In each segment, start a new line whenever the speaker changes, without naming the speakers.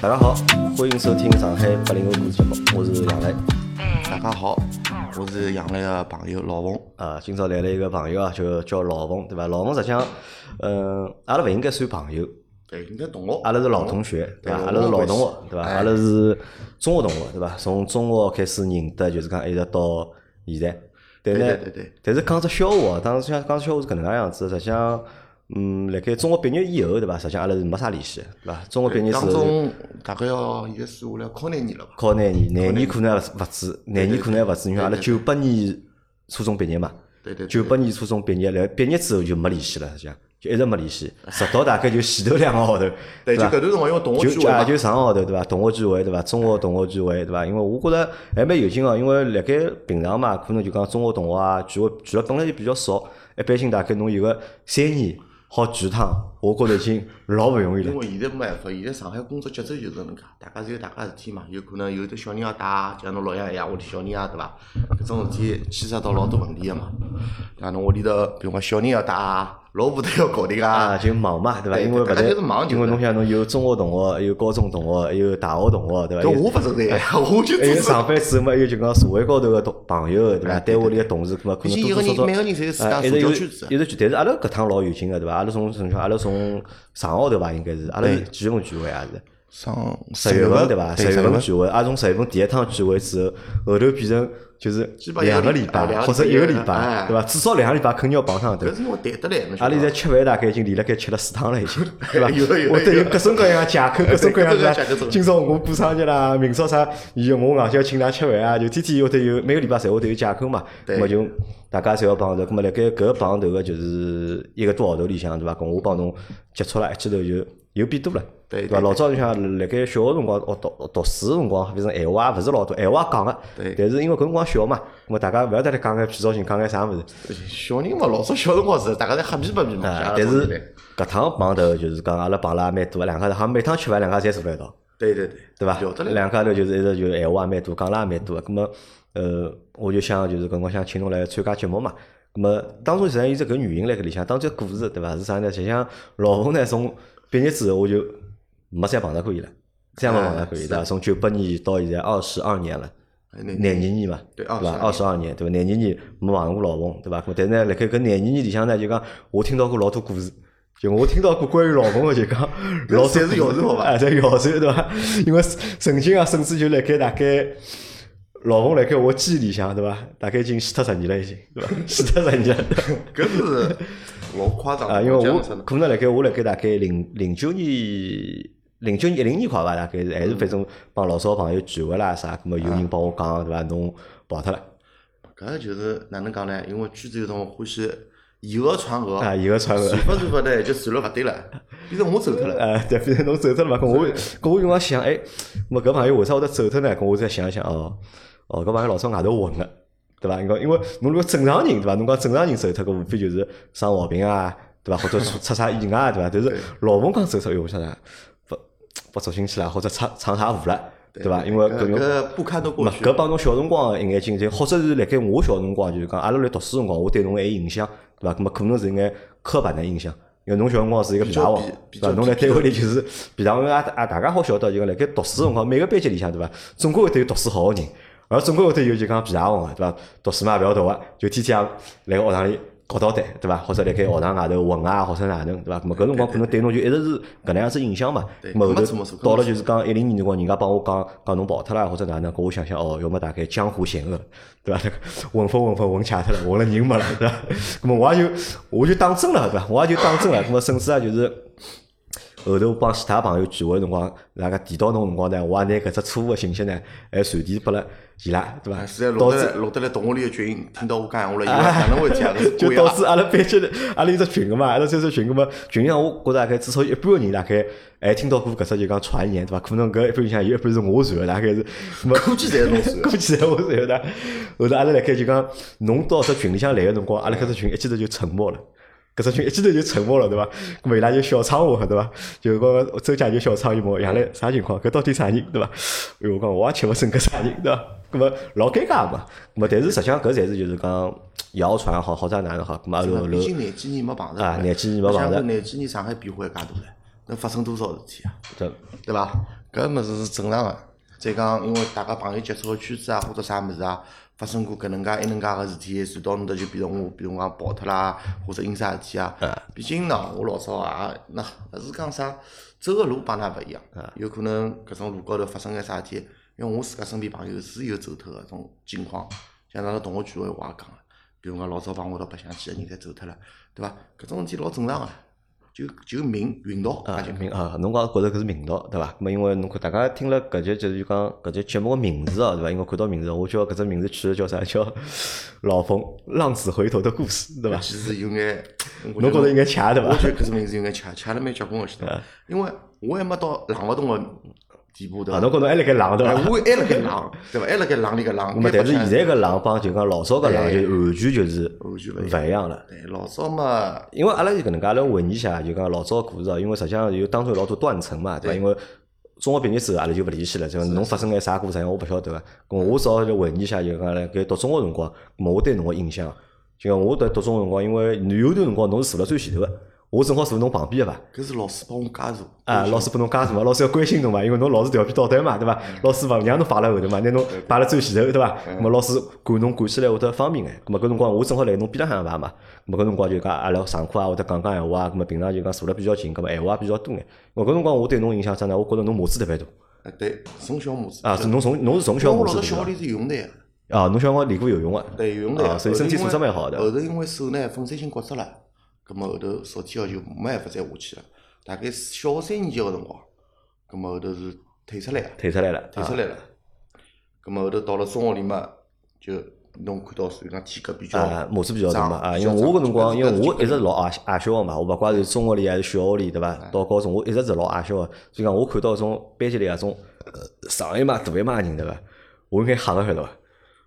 大家好，欢迎收听上海八零后故事节目，我是杨磊。
大家好，我是杨磊的朋友老冯。
啊，今朝来了一个朋友啊，就叫老冯，对伐？老冯实际上，嗯，阿拉勿应该算朋友，
对，哎应该同学。
阿拉是老同学，对伐？
哦对
阿拉是老同
老
学
同，学
对伐？
哎
阿拉是中学同学，对伐？从中学开始认得，就是讲一直到现在。但
对
呢
对，对对，
但是讲只笑话，当时想讲只笑话是搿能介样子，实际上，嗯，辣盖中学毕业以后，对伐？实际上阿拉是没啥联系的，对伐？中学毕业之
当
后。
中大概要现在算下来靠廿年了吧？
考廿年，廿年可能也勿止，廿年可能也勿止，因为阿拉
对
九八年初中毕业嘛，
对对，对
九八年初中毕业，来毕业之后就没联系了，实际上就一直没联系，直到大概就前头两个号头，
对，就
吧
搿？段辰光因为同
就
学聚
就
会
啊，
嘛，
就上个号头对伐？同学聚会对伐？中学同学聚会对伐？因为我觉着还蛮有劲个，因为辣盖平常嘛，可能就讲中学同学啊聚会聚了本来就比较少，一般性大概侬有个三年好聚一趟，我觉着已经老勿容易了
因。为现在没办法，现在上海工作节奏就是搿能介，大家是有大家事体嘛，有可能有的小人要带，就像侬老爷一样，屋里小人啊，对伐？搿种事体牵涉到老多问题个嘛，对伐？侬屋里头，比如讲小人要带，老婆都要搞定
啊，
啊，
就忙嘛，对伐？
对
因为勿
大家
但
就是忙就
因为
是
侬想侬有中学同学，有高中同学，有大学同学，对伐？
搿
有
我勿存在， 我
啊
就
哎还有
只是。
上班之后嘛，还有就讲社会高头个同朋友，对伐？单位里个同事，咾么可
哎毕
能
竟一
多多少少
个人每个人侪有自家
啊一直
社交
有
圈子
一直聚，但是阿拉搿趟老有劲个，对伐？阿拉从从阿拉从上号头伐，应该是阿拉
对
几月份聚会啊？是
上
十月份对伐？
十
十月
份
份聚会，阿啊拉从十月份第一趟聚会之后，后头变成就是
基本
两
上一
个
个礼
礼
拜
拜
两个
或者
礼
一个
拜
礼拜
哎，
对伐？至少两个礼拜肯定要碰上，对伐
搿？是我谈得来，侬晓
阿
得
拉现
伐
在吃饭大概已经连了该吃了四趟了，已 经，对伐？
有的有的
我得
有
有
的
各种各样的借口，各种各样
各种各样
的
借口。
今朝我过生日啦，明朝啥，伊我硬要请㑚吃饭啊，就天天会得有每个礼拜侪会得有借口嘛。
对
那么就大家侪要碰头，那么辣盖搿个碰头个就是一个多号头里向，对伐？跟我帮侬接触了一记头就又变多了，
对
伐？
对
老早就像辣盖小学辰光，哦读读书个辰光，反正闲话也勿是老多，闲话也讲个
对，
但是因为搿辰光小嘛，那么大家勿要得来讲眼屁造型，讲眼啥物事。
小人嘛，老早小辰光是大家侪黑皮白皮嘛，
啊但
像，阿拉同学
是搿趟碰头就是讲阿拉碰了也蛮多，两家头好像每趟吃饭两家侪坐辣一道，
对对对，
对伐
聊得？来，
两家头就是一直就闲话也蛮多，讲了也蛮多。葛么呃，我就想就是搿辰光想请侬来参加节目嘛。葛么当初实际上有只搿原因辣搿里向，当初故事对伐？是啥呢？就像老冯呢，从毕业之后我就没再碰到过伊了，再没碰到过伊
啊
对伐？从九八年到现在二十二年了。
那
廿二年嘛，
对
伐？
22
二十二年对伐？廿二年没碰过老冯对伐？但是呢，辣盖搿廿二年里向呢，就讲我听到过老多故事。就我听到过关于老冯个，就 讲老多
侪是谣传好伐
哎，侪谣传对伐？ 因为曾经啊，甚至就辣盖大概老冯辣盖我记忆里向对伐？大概已经死脱十年了，已经 对伐？死脱十年了。
搿是老夸张的
啊，因为
讲
我
啥呢
可能辣盖我辣盖大概零零九年。零九年、一零年快伐，大概是还是反正帮老少朋友聚会啦啥，葛么有
啊
人帮我讲对伐？侬跑脱了
搿就是哪能讲呢？因为圈子有辰光欢喜以讹传讹，
啊，
传
以后传个。
发传发呢就传了勿对了，变成我走脱了。
呃， 对，反正侬走脱了嘛，跟我跟我有辰光想，哎，咹搿朋友为啥会得走脱呢？跟我再想一想哦，哦，搿朋友老早外头混个，对伐？因为因为侬如果正常人对伐？侬讲正常人走脱，搿无非就是生毛病啊，对伐？或者出出啥意外啊，对伐？但是
对
老冯讲走脱，哎哟，我想想，不不走进去了，或者闯闯啥祸了，对伐？因为搿
搿
个。
个不堪的过
嘛，
去
搿，帮侬小辰光的一眼经历，或者是辣盖我小辰光，就是讲阿拉辣读书辰光，我对侬还有印象，对伐？搿么可能是一眼刻板的印象，因为侬小辰光是一个皮大王，
比
对
较
伐？
比
侬辣单位里就是皮大王啊啊，大家好晓得，就讲辣盖读书辰光，每个班级里向，对伐？总归会得有读书好个人，而总归会得有就讲皮大王个，对伐？读书嘛勿要读个，就天天也辣盖学堂里。搞捣蛋，对伐？或者辣盖学堂外头混啊，或者哪能，对伐？咾么搿辰光可能对侬就一直是搿能样子印象嘛。
对
咾么后
没错没
头
错
到了就是讲一零年辰光，人家帮我讲讲侬跑脱啦，或者哪能，搿我想想哦，要么大概江湖险恶，对伐？混混混混混卡脱了，混了人没了，对伐？咾么我也就我就当真了，对伐？我也就当真了，咾么甚至啊就是。后头帮其他朋友聚会的辰光，那个提到侬的辰光呢，我也拿搿只错误个信息呢，还传递拨了伊拉，对伐
啊？现在
导
落 得
致啊
来落得来同学里的群人听到我讲闲话了，以为哪能会这样？搿是
就
故意
导
啊
致阿拉班级的阿拉有只群个嘛，阿拉有只群个嘛，群里向我觉着大概至少有一半个人大概还听到过搿只就讲传言对伐？可能搿一半里向有一半是我传的，大概是咾么
估计侪是侬 传的。
估计侪我传的。后头阿拉辣盖就讲，侬到只群里向来个辰光，阿拉搿只群一记头就沉默了。搿只群一记头就沉默了，对伐？咾么伊拉就小窗户，对伐？就讲周姐就小窗一问，杨来啥情况？搿到底啥人，对伐？哎哟，我讲我也吃勿准搿啥人，对伐？咾么老尴尬嘛。咾么但是实际上搿侪是就是讲谣传也好，或者哪能好，咾么后头后
啊毕
头
竟廿几年没碰着
啊廿几年没碰着
想过廿几年上海变化也介大了，能发生多少事体啊？
这
对伐？搿物事是正常个。再讲，因为大家朋友接触个圈子啊，或者啥物事啊，发生过搿能介一能介个事体，传到侬搭就变成我，比如讲爆脱啦，或者因啥事体啊。毕竟喏，我老早也那勿是讲啥，走个路帮㑚勿一样，有可能搿种路高头发生眼啥事体，因为我自家身边朋友是有走脱搿种情况，像阿拉同学聚会我也讲了，比如讲老早帮我一道白相几个人侪走脱了，对伐？搿种事体老正常个，就就命运道，
啊
也就，
明啊，侬讲觉着搿是命道，对伐？咁么因为侬看大家听了搿节就是讲搿节节目个名字哦，对伐？因为看到名字，我叫搿只名字取的叫啥？叫老冯浪子回头的故事，对伐？
其实有眼， 我
侬觉
得
着应该啊掐对伐
我？觉得搿只名字有眼吃，吃了蛮结棍个，晓得伐？因为我还没到浪勿动个地步，对
啊，
伐？
侬觉着还辣盖浪对
哎，
伐？
我还辣盖浪，对伐？还辣盖浪里个 浪。
咁么，但是现
在，
在搿浪帮就讲老早搿
哎
浪就完全就是
完全勿一
勿一样了。
对，老早嘛，
因为阿拉是搿能介，阿拉回忆一下，就讲老早故事哦。因为实际上有当中有老多断层嘛，对伐？因为中学毕业之后，阿拉就勿联系了，就侬发生眼啥故事，啊我勿晓得个。咾我只好就回忆一下，就讲辣搿读中学辰光，咾么我对侬个印象，就讲我读读中学辰光，因为有段辰光侬是坐辣最前头个，我正好坐侬旁边个伐？
搿是老师帮我加入。
啊，老师拨侬加什么？老师要关心侬嘛，因为侬老是调皮捣蛋嘛，对伐？
嗯
老师勿让侬摆辣后头嘛，拿侬摆辣最前头，对伐？咾么老师管侬管起来会得方便眼。咾么搿辰光我正好辣侬边浪向排嘛，咾么搿辰光就讲阿拉上课啊会得讲讲闲话啊，咾么平常就讲坐了比较近，咾么闲话也比较多眼。哎咾搿辰光我对侬印象真啊呢，我觉着侬拇指特别大
哎，对，从小拇指
啊，是侬从侬是从小
因为我
拇
老早
指
小
大
学里是游泳队的，
的啊，侬小辰光练过游泳啊？
对游泳队
啊，
的，
所以身体素质蛮好的
后头因为手呢粉碎性骨折了，葛么后头昨天哦就没办法再下去了。大概小学三年级个辰光，葛么后头是退出来个，
退出来了，
退出来了。葛么后头到了中学里嘛，就侬看到所以讲体格比较
啊，拇指比较大嘛
长
啊，
比
因
较
为我搿辰光，
长
因为我
嗯
一直老矮矮小个嘛，我勿怪是中学里还是小学里，对伐？
哎
到高中我一直是老矮小个，所以讲我看到种班级里啊种呃长一码大一码个人，对伐？我有眼吓个晓得伐？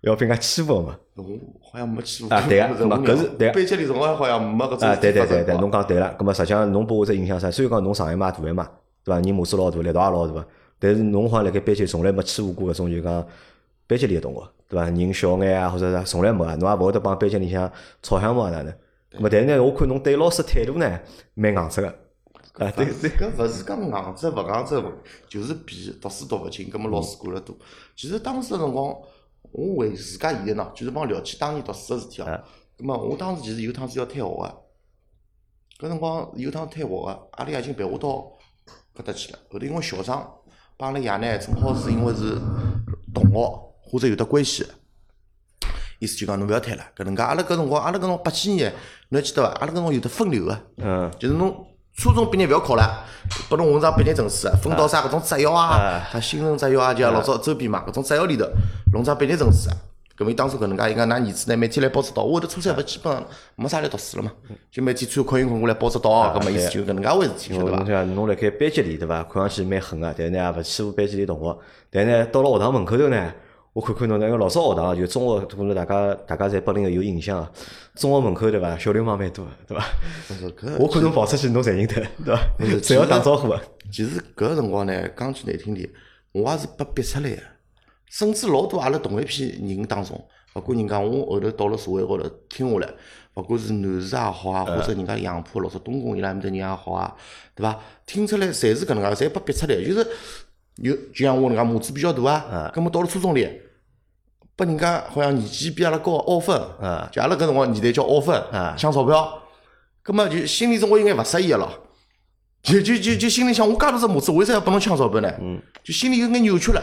要被人家欺负个嘛
我好像没去过
啊对啊
个，
嘛搿是对啊
班级里辰光好像没搿种
啊！对对
事体
对对，
发生
侬
过
讲对了。葛末实际上侬拨我只印象啥？虽然讲侬长一码大一码，对伐？人拇指老大，力道也老大，但是侬好像辣盖班级从来没欺负过搿种就讲班级里个同学，对伐？人小眼啊或者啥，从来没啊，侬也勿会得帮班级里向吵相骂啊哪能？葛末但是呢，我看侬对老师态度呢蛮硬直个。啊，对对，
搿勿是讲硬质勿硬质问题，就是比读书读勿进，葛末老师管了多。其实当时个辰光，我为自家现在喏，就是帮聊起当年读书个事体哦
啊。
葛末我当时其实有趟子要退学个，搿辰光有趟退学个，阿拉爷已经陪我到搿搭去了。后头因为校长帮阿拉爷呢，正好是因为是同学或者有得关系。意思就讲侬勿要退了，搿能介，阿拉搿辰光，阿拉搿辰光八七年，侬还记得伐？阿拉搿辰光有得分流个，
嗯，
就是侬初中毕业勿要考了，拨侬混上毕业证书，啊分到啥搿种职校啊
啊，
啥新城职校啊，就像老早周边嘛，搿种职校里头弄张毕业证书啊。搿么伊当初搿能介，伊讲㑚儿子呢，每天来报纸道，哦我后头初三勿基本上没啥来读书了嘛，就每天穿考运裤过来报纸道，搿么意思就搿能介回事体，
因
晓
为
得伐
侬？想啊侬辣盖班级里对伐？看上去蛮狠个，啊但是呢也勿欺负班级里同学。但是呢，到了学堂门口头呢，我看看侬，因为老早学堂啊就中学，可能大家大家侪八零后有印象啊。中学门口对伐？小流氓蛮多的，对伐？
是搿
我看侬跑出去，侬侪认得，对伐？
呃是
侪要打招呼个。啊
其实搿辰光呢，讲句难听点，我也是被逼出来个，甚至老多阿拉同一批人当中，勿管人家我后头到了社会高头听下来，勿管是南市也好啊，或者人家杨浦老早东宫伊拉面搭人也好啊，对伐？听出来侪是搿能介，侪被逼出来，就是有就像我搿能介拇指比较大啊，葛末到了初中里。拨人家好像年纪比阿拉高凹分，
啊
就阿拉搿辰光年代叫凹分，
啊
抢钞票，葛末就心里总归有眼勿适意个咯。就就就就心里想，我介多只母子，为啥要拨侬抢钞票呢？就心里有眼扭曲了。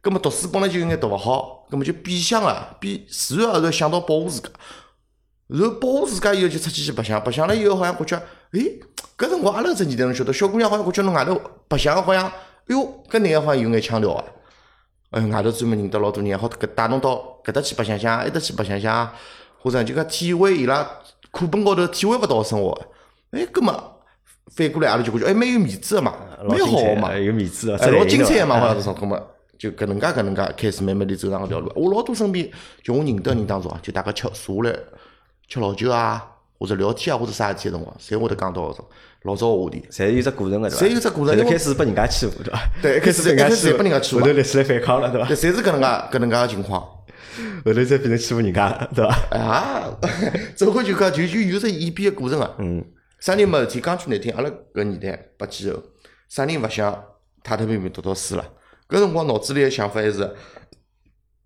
葛么读书本来就有眼读勿好，葛么就变相啊，变自然而然想到保护自家。然后保护自家以后就出去去白相，白相了以后好像觉觉，诶，搿辰光阿拉搿只年代侬晓得，小姑娘好像觉觉侬外头白相好像，哎哟，搿男个好像有眼腔调啊。哎，外头专门认得老多人，好搿带侬到搿搭去白相相，埃搭去白相相，或者就讲体会伊拉课本高头体会勿到个生活。哎，葛么反过来阿拉就感觉哎蛮有面子个嘛，
老
蛮
精
好
彩
个
啊
嘛，
有面子啊，
哎，
这类
老
人
精彩
对
个
伐
嘛，好
啊
像是搿么就搿能介搿能介开始慢慢地走上搿条路。我老多身边就我认得个人当中啊，就大家吃坐下来吃老酒啊，或者聊天啊，或者啥事体个辰光，侪会得讲到搿种老早个话题。
侪有只过程个对伐？
侪有只过程
但是
因为
开始被人家欺负对伐？
对一
开
开始
始被人家
一开始
欺
侪
负，
被人家欺负
后头立起来反抗了对伐？
搿侪是搿能介搿能介个情况。
后头再变成欺负人家了对伐？
啊， 走过就讲就就有只演变个过程啊。嗯。啥人没事体，讲句难听，阿拉搿年代八几后，啥人勿想踏踏平平读读书了。搿辰光脑子里个想法还是，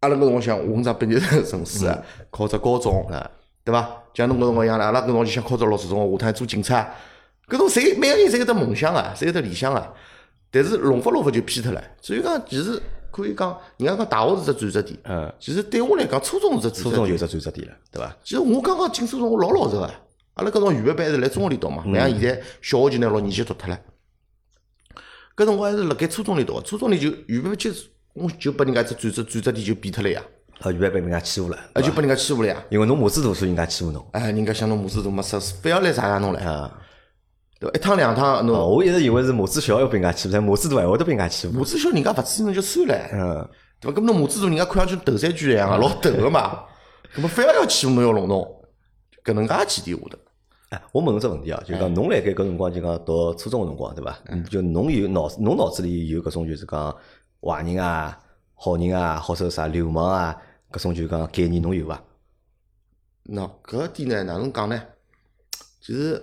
阿拉搿辰光想混只毕业生城市啊，
嗯
考只高中了，对伐？像侬搿辰光一样啦，阿拉搿辰光就想考只老祖宗，下趟做警察。搿种谁每个人侪有得梦想啊，侪有得理想啊，但是弄法弄法就偏脱了。所以讲，其实可以讲，人家讲大学是只转折点，
嗯，
其实对我来讲，初中是只
初中
转折点。
有只转折点了，对伐？
其实我刚刚进初中，我老老实个，阿拉搿辰光预备班还是来中学里读嘛，
嗯
勿像现在小学就拿六年级读脱了。搿辰光还是辣盖初中里读，初中里就预备班结束，我就拨人家只转折转折点就变脱了呀，
啊，原来被人家欺负了，
啊就拨人家欺负了呀。
因为侬母子大，所以人家欺负侬。
哎，人家想侬母子都没识，非要来查查侬来，对伐？一趟两趟
啊哦，
侬
我一直以为是母子小要被人家欺负，但母子大还会得被人家欺负。
母子小人家勿注意侬就算了，
嗯，
对伐？搿么侬母子大人家看上去头三句一样啊，老逗个嘛，搿么非要要欺负侬要弄侬，搿能介几点我的。
哎，我问侬只问题啊，就
嗯
讲侬辣盖搿辰光就讲读初中个辰光对伐？就侬有脑侬脑子里有搿种就是讲坏人啊、好人啊，或者啥流氓啊搿种就讲概念侬有伐？
喏，搿点呢，哪能讲呢？其实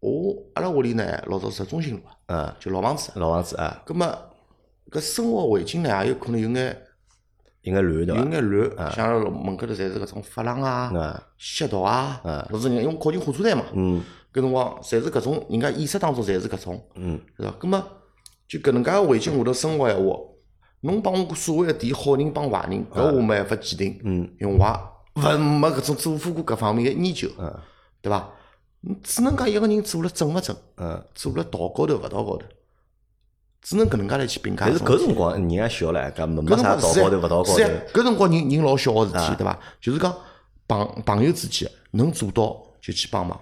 我阿拉屋里呢，老早是中心路啊，
嗯，
就老房子啊。
老房子啊，
葛么搿生活环境呢，也有可能有眼
应该乱对
有
伐？
眼乱，像阿拉门口头侪是搿种发廊啊、
啊，
吸毒啊，或者人因为我靠近火车站嘛，
嗯
搿辰光侪是搿种，人家意识当中侪是搿种，
嗯
是伐？葛么就搿能介个环境下头生活闲话，侬帮我所谓个点好人帮坏人，搿我没办法鉴定，
嗯
因为我也勿没搿种做做过搿方面个研究。
嗯
对伐？你只能讲一个人做了正勿正，
嗯。
做了道高头勿道高头，只能搿能介来去评价
但
种
是
事体。
搿辰光人也小了，搿没没啥道
是呀
高头勿道高
是呀啊
头。嗯
搿辰光人人老小个事体，对伐？就是讲朋朋友之间能做到就去帮忙，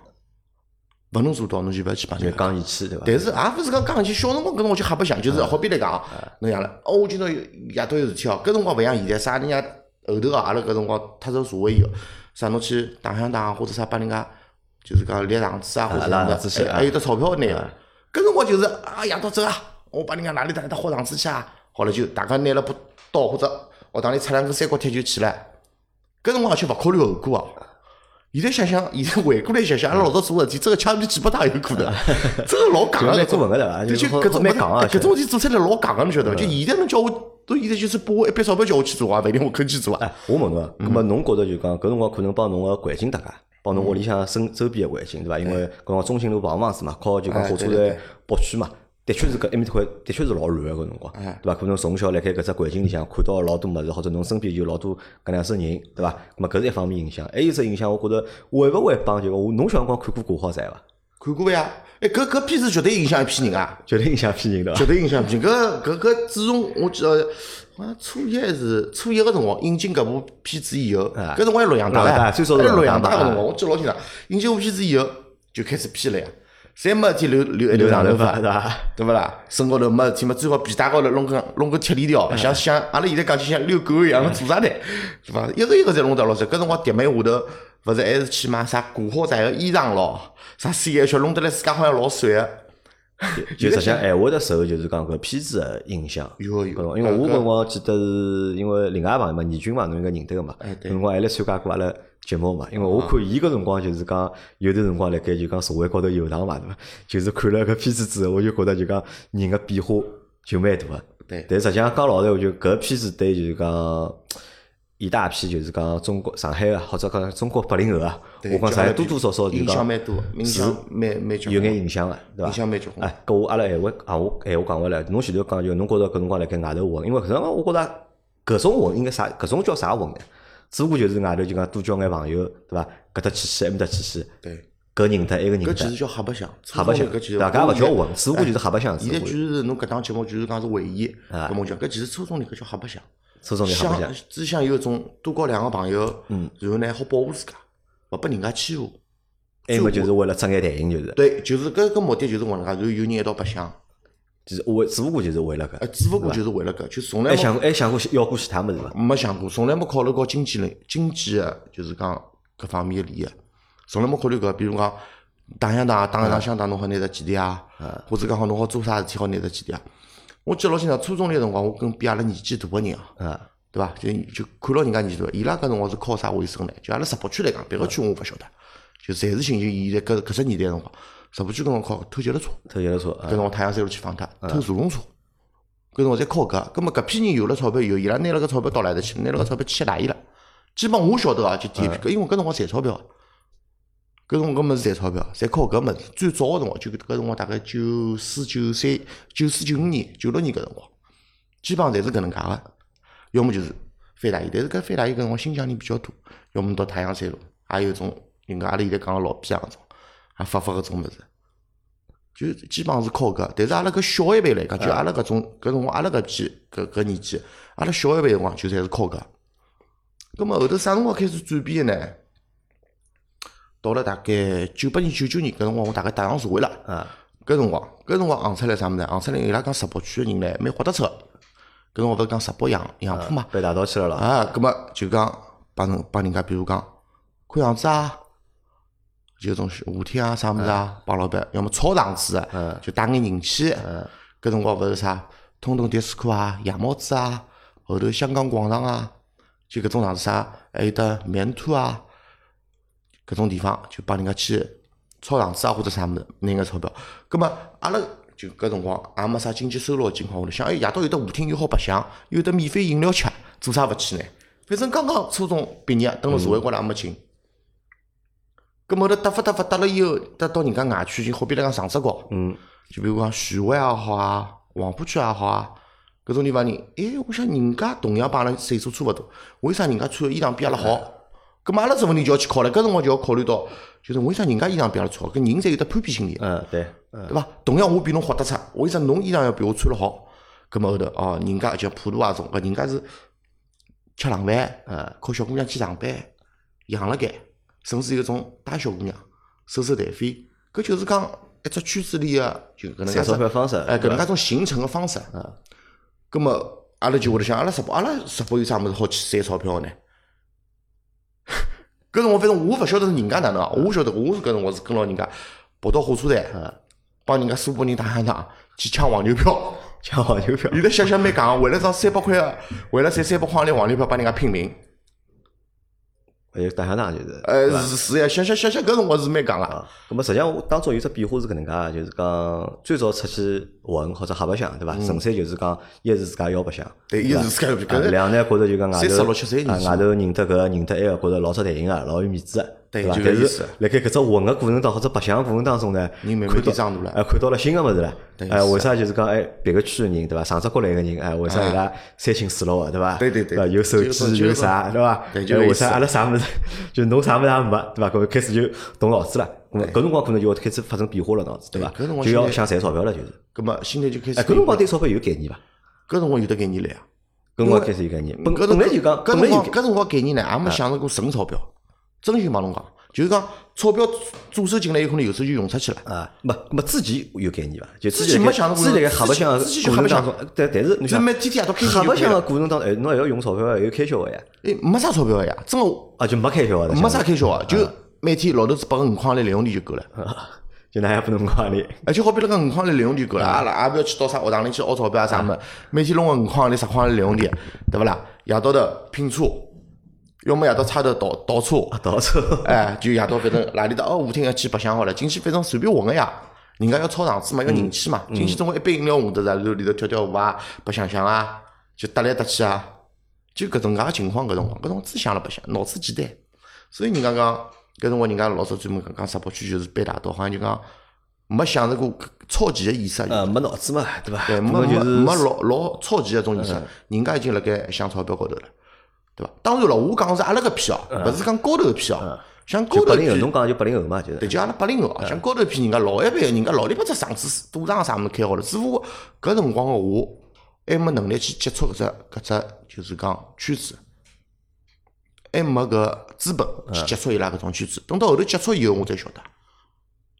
勿能做到侬就勿要去帮
就
人家。
讲义气对伐？嗯
但是也勿是讲讲起小辰光搿辰光就瞎白相，就是好比来讲啊，侬像了，哦，我今朝有夜到有事体哦，搿辰光勿像现在，啥人家后头啊，阿拉搿辰光踏入社会以后，啥侬去打相打或者啥帮人家，就是讲立场子啊或者
拉
啥
场子去
的，
啊
还有得钞票拿个。搿辰光就是啊，夜到走啊，我帮人家哪里搭搭豁场子去啊，好了就大家拿了把刀或者学堂里插两根三角铁就去了，搿辰光而且勿考虑后果啊。现在想想，现在回过来想想，阿拉老早做个事体，真个枪毙几百打有可 能，真个老戆啊
就
个
蛮
那
过分个对伐？
种。对，就搿
好
种
蛮戆啊，
搿种事体做出来老戆个，啊侬晓得伐？就现在侬叫我，都现在就是拨我一笔钞票叫我去做啊，勿一定我肯去做啊。
哎，我问侬啊，葛么侬觉着就讲搿辰光可能帮侬个环境搭界，帮侬屋里向身周边个环境对伐？因为搿辰光中心路旁房子嘛，靠就讲
哎
火车
对对
站北区嘛，的确是搿埃哎面搭块的确是老乱个搿辰光，
哎
对伐？可能从小辣盖搿只环境里向看到老多物事，或者侬身边有老多搿两种人，对伐？葛么搿是一方面影响，还有一只影响，我觉着会勿会帮就讲我侬小辰光看过《古惑仔》伐？
看过呀，哎，搿搿片子绝对影响一批人啊，
绝对影响批人对伐
绝？对影响一批人。搿搿搿自从我记得，好像初一还是初一个辰光引进搿部片子以后，
哎
搿辰光还洛阳大
洛阳
了
大
呀，
最早是
还洛阳大
洛阳
个
大
辰光，我记得老清爽。引进部片子以后就开始批了呀，侪没事体留留留
留
长
长
头
头
发
发。对伐？
对勿啦？身高头没事体嘛，最好皮带高头弄根弄根铁链条，
哎
像像阿拉现在讲就像遛狗一样，侬做啥呢？ 是伐？一个一个侪弄得老实。搿辰光迪妹下头，勿是还是去买啥古惑仔个衣裳咯，啥 C H 弄得来自家好像老帅个。
就实际上还会得受就是讲搿片子个影响。
有
搿
有，
种因为我
搿
辰光记得是因为另外一朋友嘛，倪军嘛，侬应该认得个嘛，
哎
搿
对哦
辰光还来参加过阿拉节目嘛。因为我看伊搿辰光就是讲，有段辰光辣盖就讲社会高头游荡嘛，对伐？ 就是看了搿片子之后，我就觉得就讲人个变化就蛮大个。
对
但实际上讲老实话，就搿片子对就是讲。一大批就是讲中国上海啊，或者讲中国八零后啊，
对
我讲
交
上
了
海多多少少就
影响
讲
蛮多，影响蛮蛮结
有
棍
眼影响个，对伐？
影响蛮结棍。
哎，搿我阿拉闲话啊，我闲话讲回来，侬前头讲就侬觉着搿辰光辣盖外头混，因为搿辰光我觉着搿种混应该啥？搿种叫啥混呢？只不过就是外头就讲多交眼朋友，对伐？搿搭去去，哎埃面搭去去，
对，
搿认得埃个认
搿其实
得，
叫瞎白相，
瞎白相，
搿其实
对啊伐？搿也勿叫
我哎
混，只不过就是瞎白相，只
现在
不
就
过
是侬搿档节目就是讲是回忆，
啊
搿么讲，搿其实初中里搿叫瞎白相。
初中就瞎白
想
相。
只想有一种多交两个朋友，
嗯，
然后呢好保护自家，勿拨人家欺负。
埃么哎就是为了挣眼台印，就是，
对，就是搿个目的就是搿能介，然后有人一道白相，
就是为只不过就是为了
呃，
搿，
只勿过就是为了搿，就从来
还
没
想过还想过要过其他物事伐？
没想过，从来没考虑过经济类经济个，就是讲搿方面个利益，从来没考虑搿，比如讲打相打，打一打相打，侬好拿得几钿啊？或者讲好侬好做啥事体好拿得几钿啊？我记得老清爽，初中里个辰光，我跟比阿拉年纪大个人啊，
啊，
对伐？就就看牢人家年纪大，伊拉搿辰光是靠啥为生呢？就阿拉石浦区来讲，别个区我勿晓得，就侪是寻求现在搿搿只年代辰光，石浦区搿辰光靠偷脚踏车，
偷脚踏车
搿
啊，
辰光太阳山路去放贷，偷自行车，搿辰光侪靠搿，葛末搿批人有了钞票以后，伊拉拿了搿钞票到哪搭去？拿了搿钞票去哪里了？基本我晓得啊，就第一批，搿因为搿辰光赚钞票，啊搿辰光搿物事赚钞票，啊侪靠搿物事。最早个辰光就搿辰光大概九四九三、九四九五年、九六年搿辰光，基本上侪是搿能介个，要么就是翻大衣，但是搿翻大衣搿辰光新疆人比较多，要么到太阳山路，还有一种人家阿拉现在讲个老逼啊搿种，也发发搿种物事。就基本上是靠搿，但是阿拉搿小一辈来讲，就阿拉搿种搿辰光阿拉搿批搿搿年纪，阿拉小一辈辰光就侪是靠搿。葛末后头啥辰光开始转变个呢？到了大概九八年、九九年搿辰光，我大概踏上社会了。
啊
搿辰光，搿辰光行出来啥物事？行出来伊拉讲石北区个人呢，蛮豁得出个。搿辰光勿是讲石北杨杨浦嘛？
被打到去了啦，
啊，葛末就讲帮人帮人家，比如讲看房子啊，就种夏天啊啥物事啊，帮老板，要么炒房子啊，就带眼人气。搿辰光勿是啥通通迪斯科啊、夜猫子啊，后头香港广场啊，就搿种场子啥，还有得棉兔啊，搿种地方就帮人家去炒场子啊或者啥物事拿眼钞票。葛末阿拉就搿辰光也没啥经济收入个情况下头，想哎夜到有得舞厅又好白相，又有得免费饮料吃，做啥勿去呢？反正刚刚初中毕业，登了社会高头也没劲。葛末头搭发搭发搭了以后，搭到人家外区去，好比来讲长沙高，嗯，就比如讲徐汇也好啊，黄浦区也好啊，搿种地方人，哎，我想人家同样帮阿拉岁数差勿多，为啥人家穿个衣裳比阿拉好？葛末阿拉这问题就要去考虑，搿辰光就要考虑到，就是为啥人家衣裳比阿拉啊好？搿人侪有得攀比心理，
嗯对，嗯
对伐？同样我比侬豁得出，为啥侬衣裳要比我穿了好？葛末后头哦，人家就普渡啊种，搿人家是吃冷饭，呃，靠小姑娘去上班，养辣盖，甚至有种带小姑娘收收台费，搿就是讲一只圈子里个就搿能介
赚钞
只
票方式，
哎，搿能 介种形成个方式。嗯。
啊
葛末阿拉就会得想，阿拉直播，阿拉直播有啥物事好去赚钞票个呢？ 搿辰光反正我勿晓得是人家哪能啊，我晓得我是搿辰光是跟牢人家跑到火车
啊
站，帮人家苏北人打相打，去抢黄牛票。
抢黄牛票，
现在想想蛮戆，为了张三百块个，为了赚三百块钿黄牛票，帮人家拼命。
还有打相打哎就是，
呃，是是呀，想想想想，搿辰光是蛮戆个。
啊，咁么实际上我当中有只变化是搿能介的，就是讲最早出去混或者瞎白相，对伐？纯粹就是讲一是自家要白相，
嗯对
伐
一是自家要白相
啊
搿是
两呢觉着就讲外
三十
头
六七
啊
岁年纪
外头认得搿个认得埃个，觉着老受待人个，啊老有面子个，
对
伐？
就搿
但
意
是
思
辣盖搿只混个过程当或者白相个过程当中呢，
人慢慢
看到
地长大了
哎，看到了新个物事了，
对
哎，
是啊
为啥就是讲哎别个区个人对伐？长沙过来个人哎，为啥伊拉三亲四老个对伐？
对对对
伐有手
就是
机
就
有
是
啥对伐？
对就
哎
搿
为
意思
啥阿拉啥物事， 就侬啥物事也没，对伐？搿么开始就动脑子了，咾么搿辰光可能就要开始发生变化了，脑子对伐
对搿辰？光
就
现在
要想赚钞票了，就是。
葛末心态就开始
哎，搿
变
辰
化。
光对钞票有概念伐？
搿辰光有得概念来啊。
搿辰光开始有概念，本
搿
嗯本来就哎讲，
搿
本来
辰
有
光
概
搿辰光概念呢，也没享受过纯钞票。真心帮侬讲，就是讲钞票左手进来，有可能右手就用出去了。
啊，没没之前有概念伐？就
之前
辣盖
没想到过
之前辣盖瞎白相个
之前之前就
过程
瞎
当
白
中，但但是侬
就
想
每天天夜到开心
瞎白
就可以
相个
了。
过程当中，哎，侬还要用钞票个，有开销个呀，
哎，没啥钞票个呀，真个
啊，就没哎开销个，
没啥，开销啊，就每天老头子拨个五块钿零用钿就够了。
哎就哪也不能讲你。
而且好比那个五块钿零用钿
哎
够了，阿拉也不要去到啥学堂里去凹钞票啊啥么，每天弄个五块钿十块钿零用钿，对勿啦？夜到头拼车，要么夜到差头倒倒车。
啊，到 处
哎，就夜到反正哪里搭哦，舞厅要去白相好了，进去反正随便混个呀。人家要炒场子嘛，要人气嘛，进去总归一杯饮料喝得着，然后里头跳跳舞啊，白相相啊，就搭来搭去啊，就搿种介个情况搿辰光，搿辰光只想了白相，脑子简单。所以人家讲，搿辰光人家老早专门讲讲石北区就是搬大道，好像就讲没享受过超前个意识，啊
呃没脑子嘛，对伐？
对，
搿
没
么嗯
没
就是
没老老超前一种意识，人家已经辣盖想钞票高头了，对伐？当然了，我讲的是阿拉搿批哦，勿是讲高头搿批哦，像高
嗯就
头
八
搿
零后，
批，
侬讲就八零后嘛，就是
对，就阿拉八零后哦，像高头搿批人家老一辈个人家老里八只厂子、赌场啥物事开好了，只不过搿辰光个我还没能力去接触搿只搿只就是讲圈子。还没搿资本去接触伊拉搿种圈子，等到后头接触以后，我才晓得，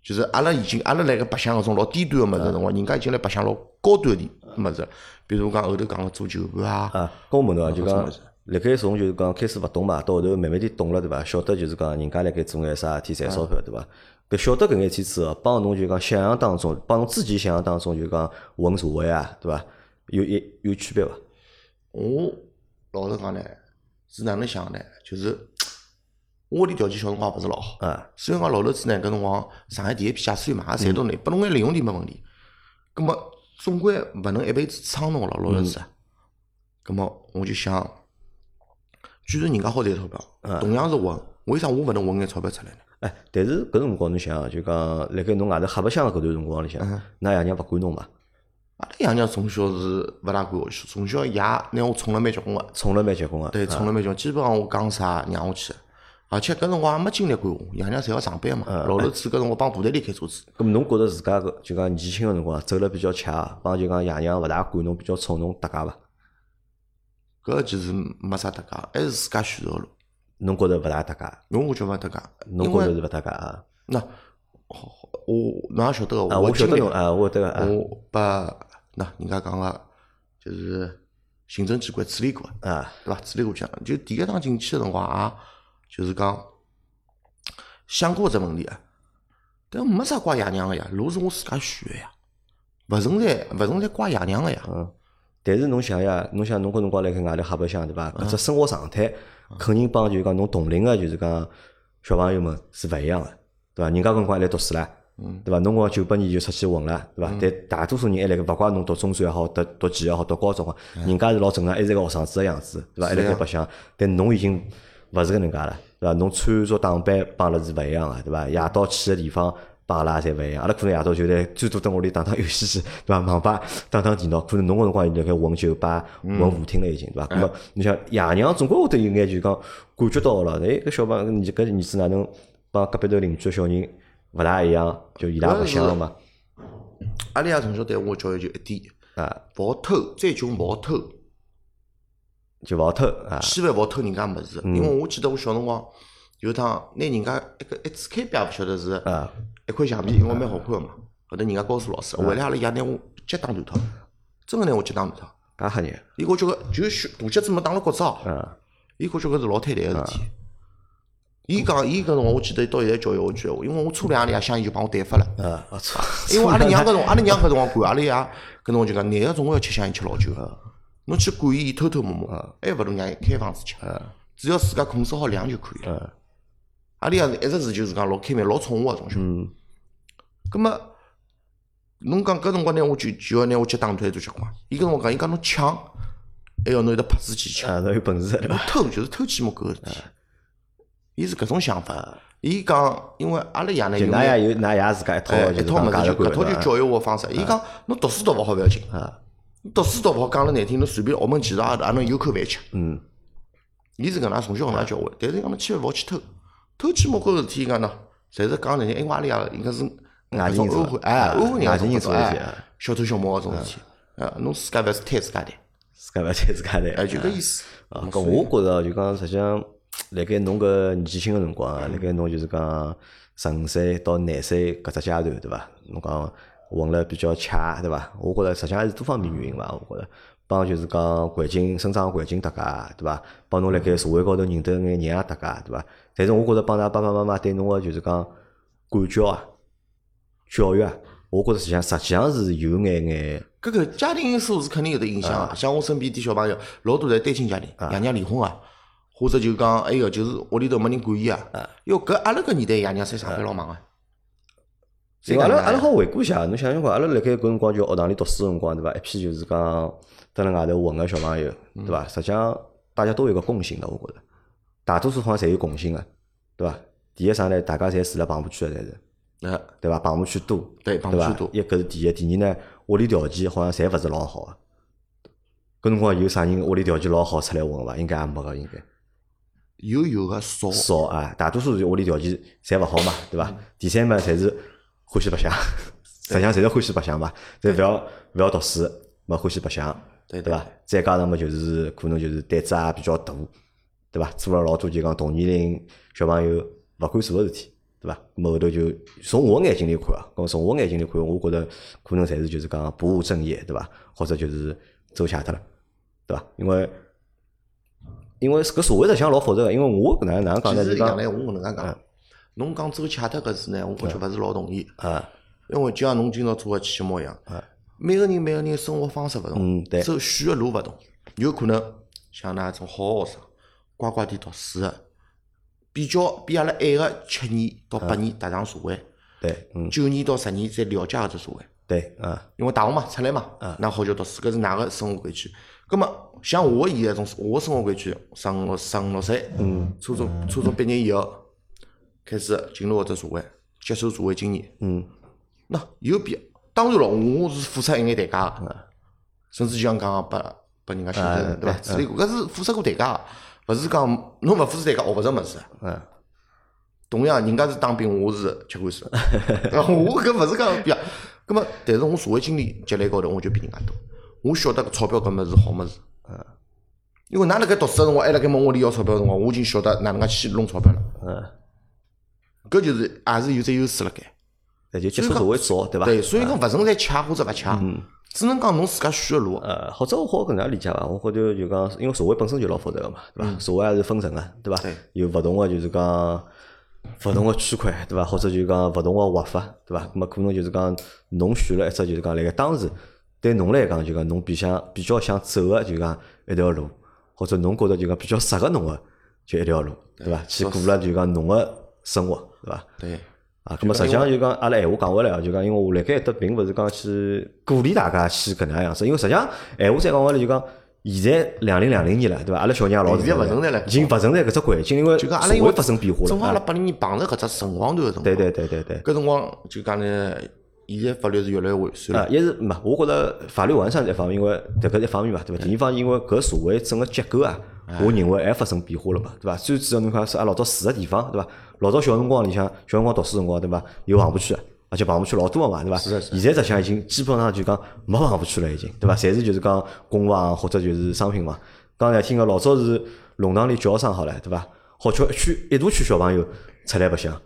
就是阿拉已经阿拉辣盖白相搿种老低端个物事辰光，人家已经辣白相老高端的物事，比如讲后头讲个做酒伴啊，
啊，跟我问侬啊，就
搿
讲
种物事，
辣盖从就是讲开始勿懂嘛，到后头慢慢点懂了，对伐？晓得就是讲人家辣盖做眼啥事体赚钞
啊
票，对伐？搿晓得搿眼天之后，帮侬就讲想象当中，帮侬自己想象当中就讲混社会啊，对伐？有一有区别伐？
我老实讲呢，是哪能想呢？就是我屋里条件小辰光勿是老好，
啊，
虽然讲老头子呢搿辰光上海第一批驾驶员嘛，也赚到呢，拨侬眼零用钿没问题。葛末总归勿能一辈子撑侬了，老老实实。葛么我就想，既然人家好赚钞票，同样是混，为啥我勿能混眼钞票出来呢？
哎，但是搿辰光侬想啊，就讲辣盖侬外头黑白相的搿段辰光里向，
嗯
㑚爷娘勿管侬嘛，
阿拉爷娘从小是勿大管我，从小爷拿我宠了蛮结棍个，
宠了蛮结啊棍个。
对，宠了蛮结棍，基本上我讲啥让我去。而且搿辰光也没精力管我，爷娘侪要上班嘛。老头子搿辰光帮部队里开车子，
咁侬觉得自家搿就讲年轻个辰光啊走了比较恰，帮就讲爷娘勿大管侬，比较宠侬搭界伐？
搿其实没啥搭界，还是自家选择个路。
侬觉得勿大搭界？
侬我觉勿搭界，
侬
因
觉
为
得是勿搭界啊？
那好我侬也晓得个，
啊，我晓
经
得
历
侬啊，我得个啊
我把那人家讲个就是行政机关处理过，
啊
对伐？处理过去，就第一趟进去个辰光也就是讲想过这问题啊，但没啥怪爷娘个呀，路是我自家选个呀，勿存在勿存在怪爷娘个呀。
嗯。但是侬想呀，侬想侬搿辰光辣盖外头黑白相对伐？
嗯
搿只生活状态肯定帮就是讲侬同龄个就是讲小朋友们是勿一样个，对伐？人家搿辰光还辣读书啦。
嗯，
对伐？侬光九八年就出去混了，对伐？但大多数人还辣盖，勿怪侬读中专也好，读读技也好，读高中也好，啊人家是老正常，还是一个学生子个样子，对伐？还
嗯是啊
辣
呀
盖白相，但侬已经勿是搿能介了，对伐？侬穿着打扮帮阿拉是勿一样个，对伐？夜到去个地方帮阿拉侪勿一样，阿拉可能夜到就来最多蹲屋里打打游戏去，对伐？网吧打打电脑，可能侬搿辰光已经辣盖混酒吧、
嗯
混舞厅了已经，对伐？
哎
那么你想爷娘总归会得有眼就是讲感觉到了，哎，搿小朋友搿儿搿儿子哪能帮隔壁头邻居个小人勿大一样，就伊拉
搿
勿
是
想个嘛。
阿拉爷从小对我教育就一点，
啊，
勿好偷，再穷勿好偷。
就勿好偷啊，
千万勿好偷人家物事，因为我记得我小辰光有一趟拿人家一个一支铅笔也勿晓得是
啊
一块橡皮，因为蛮好看个嘛。后头人家告诉老师，回来阿拉爷拿我脚打断脱，真个拿我脚打断脱。
介啊吓人
伊觉着搿就是大脚趾没打了骨折，
啊，
伊觉着搿是老坍台个事体。伊讲伊搿辰光，我记得到现在教育我一句闲话，因为我初两阿拉爷乡伊就帮我对发了。
啊，我 操！
因为阿拉娘搿辰光，阿拉娘搿辰光管阿拉爷，搿辰光就讲，男个总归要吃香烟吃老酒个，侬去管伊，伊偷偷摸摸，还勿如让伊开房子吃，
嗯
只要自家控制好量就可以了。阿拉爷一直是就是讲老开明、老宠我个从小。
嗯
葛末侬讲搿辰光拿我就就要拿我脚打断做结棍，伊搿辰光讲，伊讲侬抢，还要侬有得拍子去抢。
啊，那有本事对伐？
偷就是偷鸡摸狗个
嗯
事体，伊是搿种想法。伊讲，因为阿拉爷呢
就
有
㑚
眼
也有㑚也自家一套
哎，
的，
一
就是
套
讲
物
价
事
值
就
观
搿套就
对伐
教育我的方式。伊讲，侬读书读勿好勿要紧，
啊，
侬读书读勿好讲了难听，侬随便学门技术也也能有口饭吃。
嗯
伊是搿能介从小搿能介教我的，但是伊讲侬千万勿好去偷，偷鸡摸狗事体，伊讲喏，侪是讲人家，因为阿拉爷应该是
外地人
安
做
徽，
的
哎，安徽人
外
也
地人做
做
的
哎
事体啊
小偷小摸搿种事体，呃，侬自家勿是贪自家的，
自家勿要睬自家
哎，
的。
就搿意思。
啊，
嗯
搿我觉着就讲，实际上，辣盖侬搿年纪轻个辰光啊，辣盖侬就是讲十五岁到廿岁搿只阶段，对伐？侬讲混了比较恰，对伐？我觉着实际上还是多方面原因伐，我觉着。帮就是讲环境、生长环境搭界，对伐？帮侬辣盖社会高头认得眼人也搭界，对伐？但是我觉着帮㑚爸爸妈妈对侬个就是讲管教啊、教育啊，我觉着实际上实际上是有眼眼
搿个家庭因素是肯定有得影响啊。像我身边点小朋友，老多侪单亲家庭，爷娘离婚啊，或者就讲哎哟，就是屋里头没人管伊啊。哟，搿阿拉搿年代爷娘侪上班老忙啊。
因啊为阿拉
谁讲
阿
呢
拉好回顾一下，侬想想看，阿拉辣盖搿辰光就学堂里读书个辰光，对伐？一批就是讲蹲辣外头混个小朋友，
嗯
对伐？实际上大家都有一个共性的，我觉着，大多数好像侪有共性个，对伐？第一啥呢？大家侪住辣棚户区个，侪是，
呃，
对伐？棚户区多，
对，帮
对伐
助多？。
一搿是第一，第二呢，屋里条件好像侪勿是老好个。搿辰光有啥人屋里条件老好出来混伐？应该也没个，应该。
有有个少，
少啊，大多数是屋里条件侪勿好嘛，对伐？第三嘛，侪是欢喜白相，实际上侪是欢喜 白相嘛，侪勿要勿要读书，嘛欢喜白相，
对
对
对
伐？再加上嘛，就是可能就是胆子也比较大，对伐？做了老多就讲同年龄小朋友勿敢做个事体，对伐？咁么后头就从我眼睛里看啊，咁从我眼睛里看，我觉着可能侪是就是讲不务正业，对伐？或者就是走邪脱了，对伐？因为因为搿社会实际上老复杂个，因为我搿能哪能讲
其
呢？就
实是讲
讲
呢，我搿能介讲，侬讲走恰特搿事呢，我感觉勿是老同意，
啊，
因为就像侬今朝做个期末一样，每个人每个人生活方式勿
哎嗯
同
对，
走选个路勿同，有可能像那种好学生，乖乖点读书个，比较比阿拉晚个七年到八年踏上社会，
对，嗯
九年到十年再了解搿只社会，
对，啊，
因为大学嘛，出来嘛，
嗯
那好就读书，搿是㑚个生活规矩。葛么像我现在种我生活规矩，上六上六岁，嗯，初中初中毕业以后，开始进入搿只社会，接受社会经验，
嗯，
那有比当然了，我是付出一眼代价个，甚至就像刚刚拨拨人家修
啊
正，对伐？之类搿是付出过代价的，勿是讲侬勿付出代价学勿着物事。
嗯，
同样，人家是当兵，我是 吃官司，对伐我搿勿是讲比啊。葛么，但是我社会经历积累高头，我就比人家多。我晓得搿钞票搿物事好物事，嗯，因为㑚辣盖读书个辰光，还辣盖问我里要钞票个辰光，我已经晓得哪能介去弄钞票了。
嗯，
搿就是也是有只优势辣盖。
那就接触社会早，对伐？
对，所以讲勿存在抢或者勿
嗯
抢，只能讲侬自家选个路。
呃，或者我好搿能样理解伐？啊我觉着就讲，因为社会本身就老复杂个嘛，对伐？社会也是分层个，对伐
对？
有勿同个就是讲勿同个区块，对伐？或者就讲勿同个活法，对伐？那么可能就是讲侬选了一只就是讲辣盖当时对侬来讲就讲侬比想比较想走个就讲一条路，或者侬觉着就讲比较适合侬个就一条路，对伐？去过了就讲侬个生活，对伐？
对，
啊，咁么实际上就讲，阿拉闲话讲回来啊，就讲，因为我辣盖搿搭并勿是讲去鼓励大家去搿能样样子，因为实际上闲话再讲回来就讲，现在两零两零年了，对伐？阿拉小人也老大了
现在勿存在了
已经勿存在搿只环境，因为
就
社
讲阿拉因为
会发生变化
正
了
好阿拉
啊。
八零年碰着搿只辰光段个辰光，
对对对对对。
搿辰光就讲呢，现在法律是越来越完善了
啊，。一是嘛，我觉着法律完善是一方面，因为迭个是一方面嘛，对伐？第二方面因为搿社会整个结构啊，
哎
我认为还发生变化了嘛，对伐？最主要侬看是阿啊拉老早住个地方，对伐？老早小辰光里向，小辰光读书辰光，对伐？有棚户区，而且棚户区老多个嘛，对伐？
是的嗯是
现在实际上已经基本上就讲没棚户区了，已经，对伐？侪是就是讲公房或者就是商品房。刚才听个老早是弄堂里叫声好了，对伐？好叫一区一大区小朋友出来白相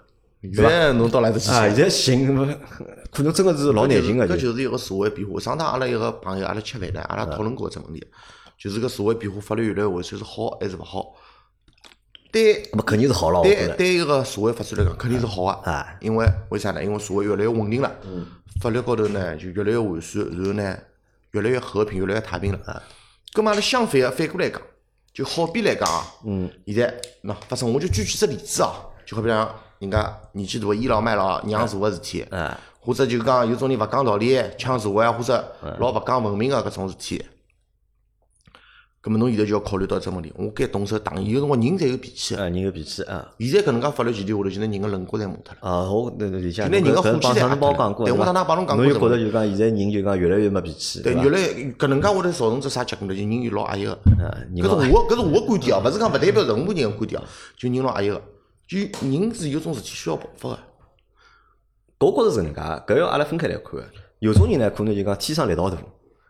现在侬到哪搭去？
啊！现在寻 可能真个是老难寻个，
搿
就嗯
就是一个社会变化。上趟阿拉一个朋友，阿拉吃饭呢，阿拉讨论过这问题，就是搿社会变化，法律越来越完善是好还是勿好？对
那么肯定是好了，我觉
对
着。
对，一个社会发展来讲，肯定是好
啊
啊。因为为啥呢？因为社会越来越稳定了，法律高头呢就越来越完善，然后呢越来越和平，越来越太平了。咁嘛，阿拉相反个反过来讲，就好比来讲啊，嗯，现在喏发生，我就举几只例子啊，就好比讲人家年纪大的倚老卖老，娘做个事体，
啊，
或者就讲有种人勿讲道理，抢座位啊，或者老勿讲文明个搿种事体。咁么侬现在就要考虑到这问题，我该动手打伊。有辰光人侪有脾气，
啊，人有脾气啊。
现在搿能介法律前提下头，就拿人个棱角侪磨脱了。
啊，我那那理解。
就拿人家
搿
火气
帮
侪
上
压
次帮我
脱了
讲过，
对
对
我
伐
上趟帮侬讲
侬
过
就觉着
这个
就讲现在人就讲越来越没脾气，
对，
伐？
越来越搿能介会得造成只啥结果呢？就人越老压抑个。
啊，
搿
人
是
老
我搿是我观点啊，勿是讲勿代表任何人个观点啊。就人老压抑个，就人是有种事体需要啊爆发个。
我觉着是搿能介，搿要阿拉分开来看个。有种人呢，可能就讲天生力道大，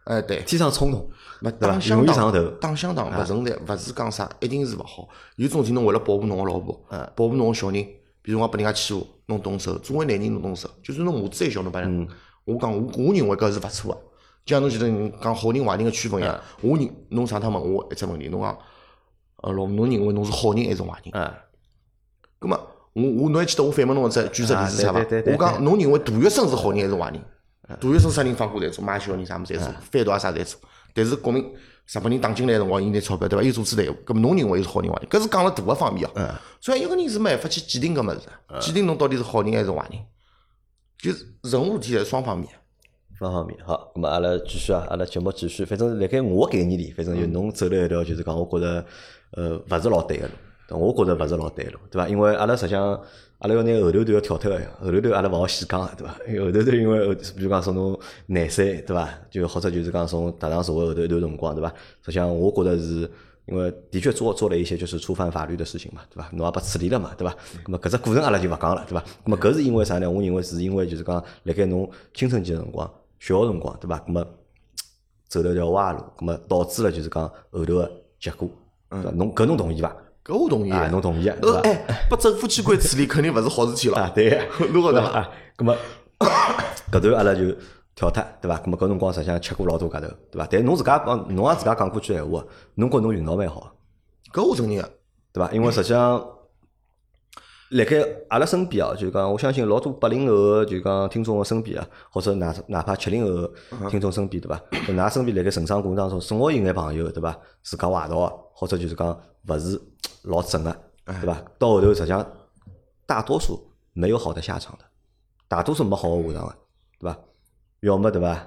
哎，对，
天生冲动，
勿
对伐
打？相
容易上头啊
当，打相当勿存在，勿是讲啥，一定是勿好。有种事体侬为了保护侬个老婆，
啊
保护侬个小人，比如讲拨人家欺负，侬动手，作为男人侬动手，就算侬母子再小，侬帮
嗯
人，我讲我我认为搿是勿错个。啊就像侬现在讲好人坏人个区分一
啊
样，我认侬上趟问我一只问题，侬讲，呃，老婆侬认为侬是好人还是坏人？
啊，
咁么，我我侬还记得我反问侬只举只例子
啊对
伐
对？对嗯
我讲侬认为大学生是好人还是坏人？大学生啥人放过侪做，卖小人啥物事侪做，贩毒啊啥侪做。但是国民日本人打进来的辰光，伊拿钞票对伐？又组织队伍，咁么侬认为伊是好人坏人？搿是讲了大个方面
嗯
哦。所以一个人是没办法去鉴定搿物事，鉴定侬到底是好人还是坏人，就是任何事体侪双方面。
方方面面好，咁么阿拉继续啊，阿拉节目继续。反正辣盖我概念里，反正就侬走了一条，就是讲我觉着，呃，勿是老对个路。对我觉着勿是老对个路，对伐？因为阿拉实际上，阿拉要拿后头段要跳脱个，后头段阿拉勿好细讲个，对伐？因为 后头段因为后，比如讲从侬廿岁，对伐？就或者就是讲从踏上社会后头一段辰光，对伐？实际上我觉着是。因为的确做做了一些就是触犯法律的事情嘛，对伐？侬也被处理了嘛，对伐？那么搿只过程阿拉就勿讲了，对伐？那么搿是因为啥呢？我认为是因为就是讲辣盖侬青春期个辰光、小学辰光，对伐？那么走了一条歪路，那么导致了就是讲后头个结果，对伐？侬搿侬同意伐？
搿我同意。
啊，侬同意啊，对
呃，
伐？
哎，拨政府机关处理肯定勿是好事体了。
啊，对个，
侬觉着伐？
啊，咁么 搿段阿拉就跳脱，对伐？咁么搿辰光实际上吃过老多夹头，对伐？但是侬自家讲，侬也自家讲过句闲话，侬觉得侬运道蛮好的。
搿我承认个。
对伐？因为实际上，辣盖阿拉身边啊，就讲我相信老多八零后个就讲听众个身边啊，或者哪哪怕七零后个听众身边对伐？就㑚身边辣盖成长过程当中，总好有眼朋友对伐？自家坏道啊，或者就是讲勿是老正个，对伐？到后头实际上大多数没有好的下场的，大多数没好个下场个，对伐？要么对伐，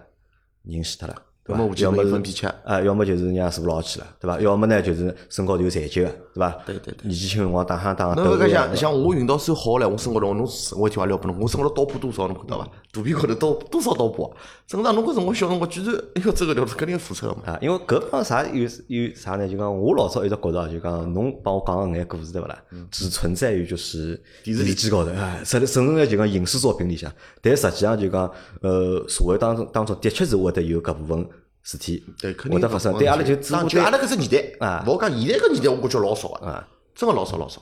人死脱了，对
要
伐
么？下
要么
去被
是
分批吃
啊，要么就是人家坐牢去了，对伐？要么呢就是身高头有残疾个，对伐？
对对对
年纪轻辰光打哈打哈啊
侬
斗
勿
个
讲
呀
像像我运道算好唻，我生活中侬我一天也聊拨侬，我生活中刀疤多少侬看到伐？肚皮高头刀多少刀疤啊？正常侬搿辰光小辰光居然要走搿条路，肯定要付出个嘛。
啊，因为搿帮啥有有啥呢？就讲我老早一直觉得，就讲侬帮我讲个眼故事对勿啦？
嗯
只存在于就是电视里高头啊，甚至甚至呢就讲影视作品里向，但实际上就讲呃社会当中当中的确是会得有搿部分事体
对，肯
会
定
得发
有搿
生，
种
但阿拉
问题
就只
当
会
就阿拉
对，
搿只年代
啊
勿好讲现在搿年代，我觉着老少个
啊，
真个老少老少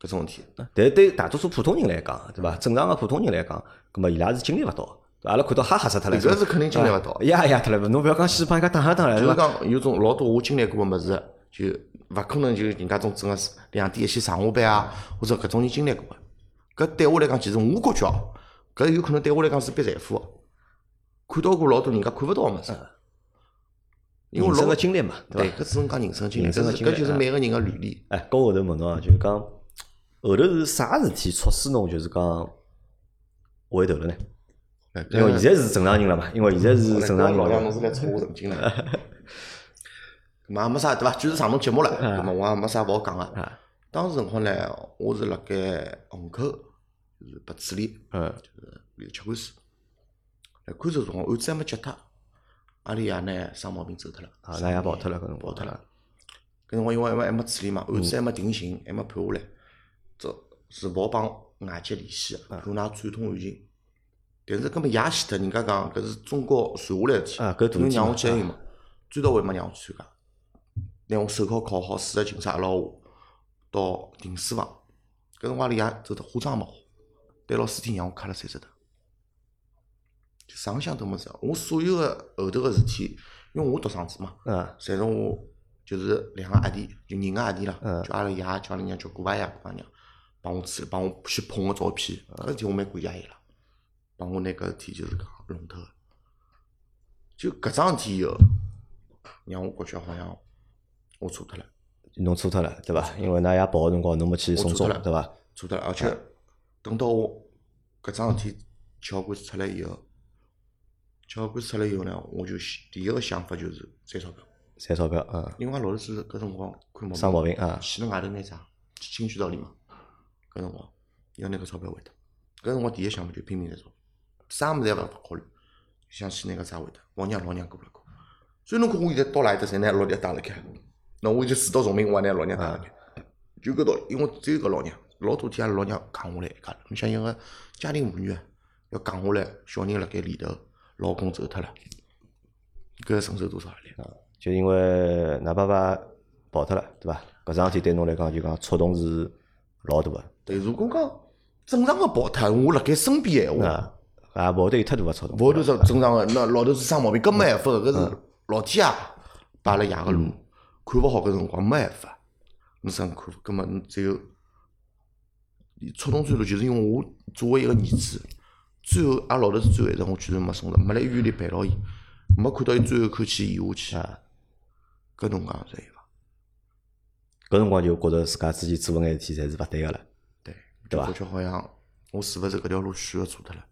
搿种问题。
但是对大多数普通人来讲，对伐？正常个普通人来讲，葛末伊拉是经历勿到，对伐阿拉看到吓吓死脱了，
搿是肯定经历勿到
啊呀呀脱了，侬勿要讲去帮人家打哈打了，
就
对伐
是？讲有种老多我经历过个物事，就勿可能就人家种真个是两点一线上下班啊，或者搿种人经历过个。搿对我来讲，其实我觉着哦，搿有可能对我来讲是笔财富个，啊看到过老多人家看勿到个物事。因
嗯
为
人生
老
个经历嘛，对伐
对，？搿只能讲人生经历，
人生
搿
的
是
经历
搿就是每个人个履历。
哎，高后头问侬啊，就是讲后头是啥事体促使侬就是讲回头了呢？嗯
嗯
因为现在是正常人了嘛，因为现在是正常人
老杨，侬
了。
是来戳我神经了。咁嘛也没啥对伐？既然上侬节目了，咁嘛我也没啥勿好讲个。
啊，
当时辰光呢，我是辣盖虹口，就是被处理，
嗯
就是吃官司。来官司辰光案子还没结脱，阿拉爷呢生毛病走脱了，
啊，那也跑脱了，搿辰光
跑脱了。。搿辰光因为还没还没处理
嗯
嘛，案子还没定型，还没判下来，这是勿好帮外界联系个，
啊
判㑚传统案情。但是搿么也死脱，人家讲搿是中国传下来的事体，
啊搿大
侬
事
让
嘛
我接应嘛？最到位没让我参加，拿我手铐铐好，四个警察拉我到停尸房，搿辰光里也走得化妆也没化，对牢尸体让我磕了三十头。就上想都没上，我所有个后头个事体，因为我独生子嘛，
啊
侪从我就是两个阿弟，就人个阿弟啦
嗯，
叫阿拉爷、啊叫阿拉娘、叫姑爸爷、姑爸娘，帮我处理，帮我去捧个照片，搿事体我蛮感谢伊拉，帮我拿搿事体就是讲弄脱个。就搿桩事体以后，让我觉着好像我错脱了，
侬错脱了，对伐？因为㑚爷跑个辰光，侬没去送终
我错脱，了
对伐？
错脱了，而且等到我搿桩事体敲官司出来以后，敲官司出来以后呢，我就想第一个想法就是赚钞票，
赚钞票，啊，
因为俺老头子搿辰光看毛病
生毛病啊，
死了外头眼啥？进去道理嘛，搿辰光要拿搿钞票回脱。搿辰光第一想法就拼命赚钞，票，啥物事也勿考虑，想去拿搿啥回脱。老娘老娘过了过，所以侬看我现在到哪里搭侪拿老娘带辣盖，那我就死到重病我也拿老娘带辣盖，就搿道理，因为只有搿老娘，老多天阿拉老娘扛下来一家头。侬想一个家庭妇女啊，要扛下来，小人辣盖里头，老公走脱了，搿承受多少压啊力？
就因为㑚爸爸跑脱了，对伐？搿桩事体对侬来讲就讲触动是老大个，
对，如果讲正常个跑脱，我辣盖身边个闲话。
啊，也勿会得有太大个触动。
勿头是正常个，那老头子生毛病，搿没办法个，搿
嗯
是老天爷摆了爷个路，看勿好搿辰光没办法，侬只能看，搿么侬只有触动最大，就是因为我作为一个儿子，最后阿拉老头子最后一程我居然没送到，没来医院里陪牢伊，没看到伊最后一口气咽下去，
啊，
搿侬讲是有伐？
搿辰光就觉着自家之前做个眼事体侪是勿对个了。
对，
对伐
就觉着好像我是勿是搿条路选个错脱了？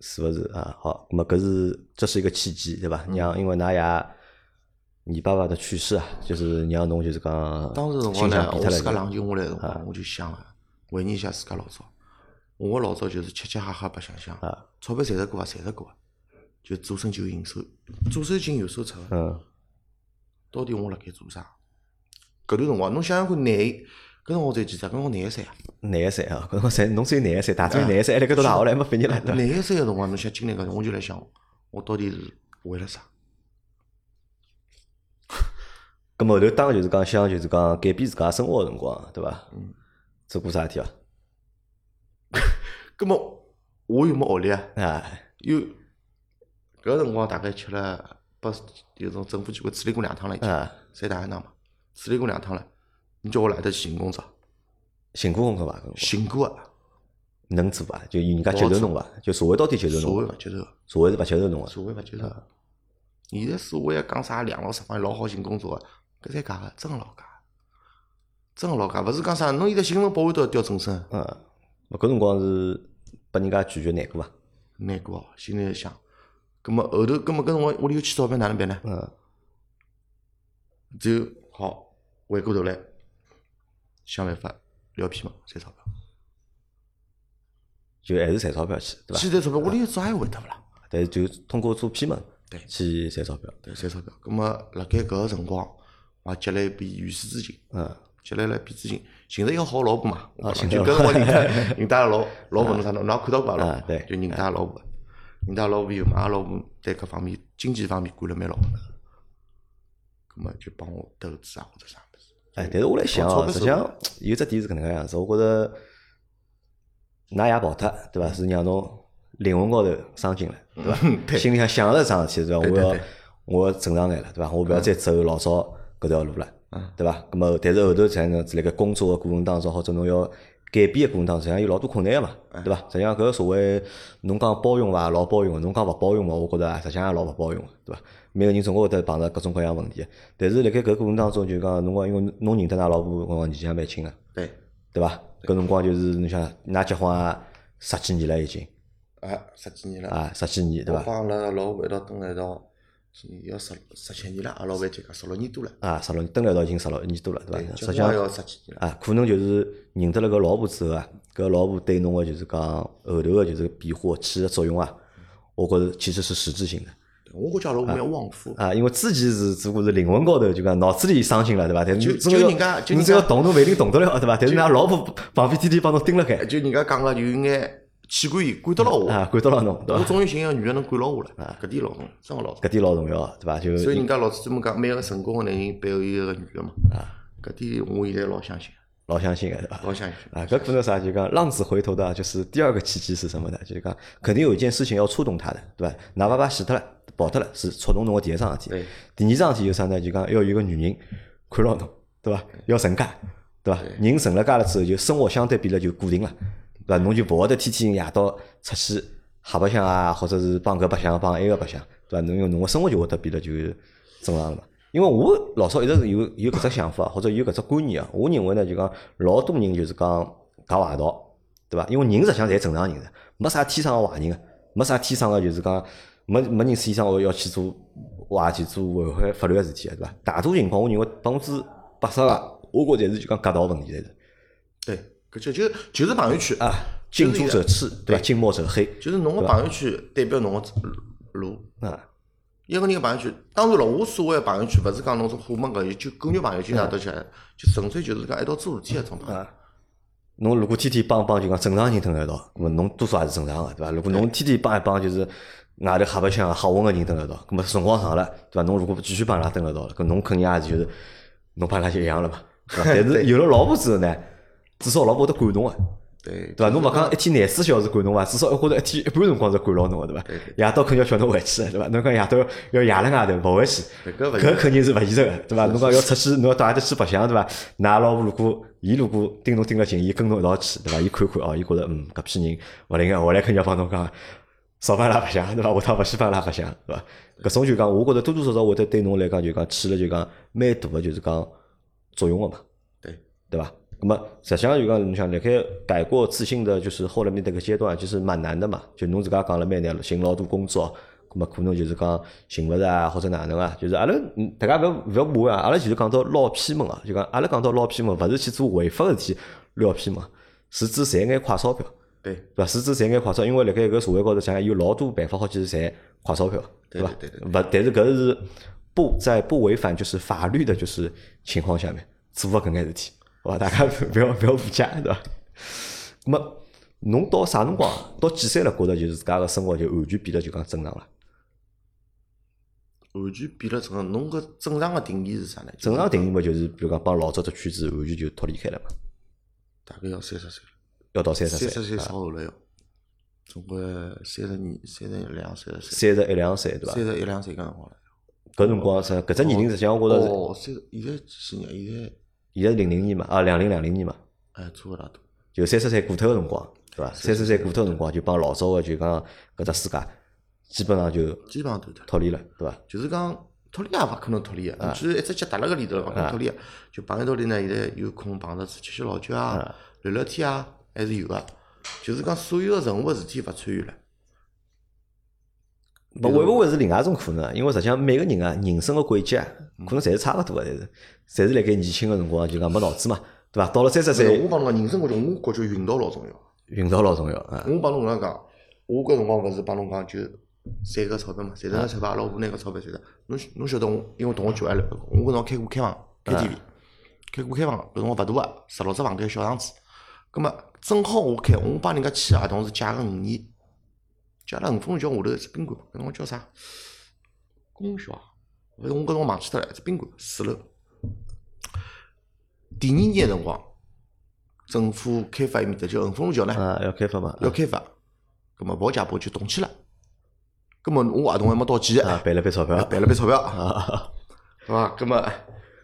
是勿是啊？好，那么搿是这是一个契机，对伐？
嗯
让因为㑚爷，你爸爸的去世啊，就是让侬就是讲
当时辰光
心
呢
想，比
我
特
自家
了
冷静下来的辰光，我就想啊，回忆一下自家老早。我个老早就是吃吃喝喝白相相
啊，
钞票赚得过啊，赚得过啊，就左手进右手，左手进右手出啊。
嗯
到底我辣盖做啥？搿段辰光，侬想想看，廿一，搿辰光我才几岁啊？搿辰光廿一岁啊，
廿一岁啊，搿辰光侪侬只有廿一岁，大
啊
专廿一岁，还辣搿读大学了，还没毕业了，对伐？
廿一岁个辰光，侬想经历搿，我就来想，我到底是为了啥？
咁么后头当就是讲想就是讲改变自家生活个辰光，对伐？嗯，做过啥事体啊伐？
葛末我又没学历啊，
啊，
又搿辰光大概吃了，拨有种政府机关处理过两趟了已经。
啊，
在大学堂嘛，处理过两趟了。你叫我来得去寻工作，
辛苦工作伐？搿辰光
寻过啊，
能做伐？就人家接受侬伐？就社会到底接受
社
侬
会
伐？
勿接受，
社会是勿接受侬个，
社会勿接受。现在社会还讲啥两老十方老好寻工作啊，搿才假个，真个老假的，真个老假，勿是讲啥，侬现在新闻保安都要调终身，
嗯，搿辰光是拨人家拒绝难过伐？
难过哦。心里想，咁么后头，咁么搿辰光屋里有欠钞票哪能办呢？
嗯
就好回过头来想办法聊皮毛赚钞票。
就还是赚钞票去，对伐？
现在钞票屋里有早也会得勿啦？
但是就通过做批文
对
去赚钞票，
对，赚钞票。咁么辣盖搿个辰光，我还积了一笔原始资金，
嗯，
积累了一笔资金，寻着一个好老婆嘛。
啊
我
寻
讲
着
就
一个
搿辰光认得认得老 老婆侬啥侬，侬也看到过啊老
啊对
婆，就认得老婆，认得老婆以后嘛，阿拉老婆对搿方面经济方面管了蛮牢的，咁么就帮我投资啊或者啥物事。
哎，但是我来想
搞
哦，
钞票
实际上有只点是搿能介样子，我觉着㑚爷跑脱，对伐？是让侬灵魂高头伤筋了，嗯对伐？心里向想着桩事体，对伐？我
对对
要
对
我要正常眼了，对伐？我勿要再走老早搿条路了
嗯，
对伐？咁么，但是后头才能辣盖工作个过程当中，或者侬要改变个过程当中，实际上有老多困难个嘛，对伐？实际上搿个所谓侬讲包容伐，老包容；侬讲勿包容嘛，我觉着啊实际上也老勿包容个，对伐？每个人总归会得碰着各种各样问题，但是辣盖搿过程当中，就讲侬讲，因为侬认得㑚老婆，辰光年纪还蛮轻啊个，
对，
对伐？搿辰光就是侬想，㑚结婚啊也十几年了已经
啊，十几年了。
啊，十几年对
我
伐？
帮阿拉老婆一道蹲辣一道，要十十七年了，阿拉老婆结婚十六年多了，哎
啊，十六年，蹲辣一道已经十六年多了，对伐？实
结
际
婚
上
也要十几年了。
啊，可能就是认得了搿老婆之后啊，搿老婆对侬个就是讲后头个就是变化起个作用啊，我觉着其实是实质性的
我觉着阿拉老婆蛮旺夫，
啊，因为之前是只不过是灵魂高头就讲脑子里伤心了，对伐？但是
就
你真个
就
要
人家就
你
人
只要
家
动侬勿一定动得 了，对伐？但是㑚老婆旁边天天帮侬盯辣盖
哎就人家讲个有眼妻管严，管得牢
啊，
我。
管到牢侬，对
我
伐？
终于寻一个女个能管牢我了，搿点老重要，真个老重
搿点老重要，对伐？就
要。所以人家老子专门讲，每个成功个男人背后有一个女个嘛。
啊
搿点我现在老相信，
老相信个，对伐？
老相信。
啊，搿可能啥？就讲浪子回头的啊，就是第二个契机是什么呢？就是讲肯定有一件事情要触动他的，对伐？哪怕把死脱了、跑脱了，是触动侬个第一桩事体
对。
第二桩事体就是啥呢？就讲要哎有一个女人看牢侬，对伐？要成家，对伐？人成了家了之后，就生活相对比例就固定了，对伐？侬就勿会得天天夜到出去瞎白相啊，或者是帮搿白相帮埃个白相，对伐？侬用侬个生活就会得变得就正常了嘛。因为我老早一直是有有搿只想法，或者有搿只观念啊。我认为呢，就讲老多人就是讲搞坏道，对伐？因为人实际上侪正常人的，没啥天生个坏人个，没啥天生个就是讲没没人天生我要去做坏去做违反法律个事体个，对伐？大多情况我认为百分之八十个，我觉着侪是就讲夹道问题来的
对，搿就就就是朋友圈
啊，近朱者赤，对伐？近墨者黑
就是侬个朋友圈代表侬个路。
啊，
一个人个朋友圈，当然了，我所谓个朋友圈，勿是讲侬种虎门搿就狗肉朋友圈哪搭去，就纯粹就是讲一道做事体搿种朋友。
啊侬如果天天帮帮就讲正常人蹲辣一道，咁么侬多少也是正常个，对伐？如果侬天天帮一帮就是外头瞎白相啊、瞎混个人蹲辣一道，咁么辰光长了，对伐？侬如果继续帮伊拉蹲辣一道了，搿侬肯定也是就是侬帮伊拉就一样了嘛， 对伐？但是有了老婆之后呢，至少老婆会得管侬个，
对
对伐？侬勿讲一天廿四小时管侬伐？至少或者一天一半辰光是管牢侬个，对伐？夜到肯定要叫侬回去个，对伐？侬讲夜到要夜了外头勿回去，
对搿勿
搿肯定是勿现实个，对伐？侬讲要出去，侬要到阿搭去白相，对伐？㑚老婆如果伊如果盯侬盯了紧，伊跟侬一道去，对伐？伊看看哦，伊觉着嗯，搿批人勿灵个，回来肯定要帮侬讲，少帮伊拉白相，对伐？下趟勿去帮伊拉白相，对伐？搿种就讲，我觉着多多少少会得对侬来讲就讲起了就讲蛮大个就是讲作用个嘛。
对
对吧？那么实际上就讲，你想，辣盖改过自新的，就是后来面这个阶段，就是蛮难的嘛。就侬自家讲了蛮难，寻老多工作，那么可能就是讲寻勿着啊，或者哪能啊？就是阿拉嗯大家勿要勿要误会啊，阿拉就是讲到捞偏门啊，就讲阿拉讲到捞偏门，勿是去做违法个事体捞偏门，是指赚眼快钞票，
对
对伐？是指赚眼快钞，因为辣盖搿社会高头讲有老多办法好去赚快钞票，
对
伐？
对对
勿，但是搿是不在不违反就是法律的，就是情况下面做勿搿眼事体，好伐？大 家勿要勿要误解，对伐？那么侬到啥辰光，到几岁了，觉着就是自家个生活就完全变得就讲正常了？
完全变了正常。侬搿正常个定义是啥呢？
正常定义嘛，就是比如讲帮老早只圈子完全就脱离开了嘛，
大概要三十岁了，
要到三十
三
岁，
十岁
啊
稍后了要，总归三十二、三十两、三十
三
岁，
十一两岁，对伐
三？十一两岁搿辰光了。
搿辰光是搿只年龄，实际上我觉着是
哦，三十现在几年？现
现在
在
是零零年嘛，啊两零两零年嘛，
哎，差勿大多。
就三十岁过头个辰光，对伐？三十岁过头个辰光就帮老早个就讲搿只世界基本上就
基本上都脱了。
脱离了，对伐？
就是讲脱离也勿可能脱离
啊
个，你就是一只脚踏辣搿里头，勿可能脱离个。就朋友道里呢，现在有空碰着吃吃老酒啊，聊聊天啊，还是有个。就是讲所有个任何事体勿参与了，
不会勿会是另外一种可能啊？因为实际上每个人啊，人生个轨迹啊，
嗯
可能侪是差勿多个，侪是，侪是辣盖年轻个辰光就讲没脑子嘛，对伐？到了三十
对，我
岁，
帮侬讲，人生高头，我觉着运道老重要。
运道老重要 啊。
我帮侬搿能讲，我搿辰光勿是帮侬讲就赚个钞票嘛，赚到个钞票，阿拉屋拿个钞票赚到。侬侬晓得我，因为同学聚会了，我搿辰光开过开房 KTV，开过开房，搿辰光勿大个，十六只房间小房子。葛末正好我开，我帮人家签合同是借个五年，借了五分钟桥下头一只宾馆，搿辰光叫啥？功效啊，勿是我搿辰光忘记脱了，一只宾馆四楼。第二年的辰光，政府开发埃面搭叫五分钟桥呢。
啊，要开发嘛？
要开发，葛么保家婆就动起来，葛么我合同还没到期，
啊，赔啊了赔钞票
赔了笔钞票，对伐？葛么，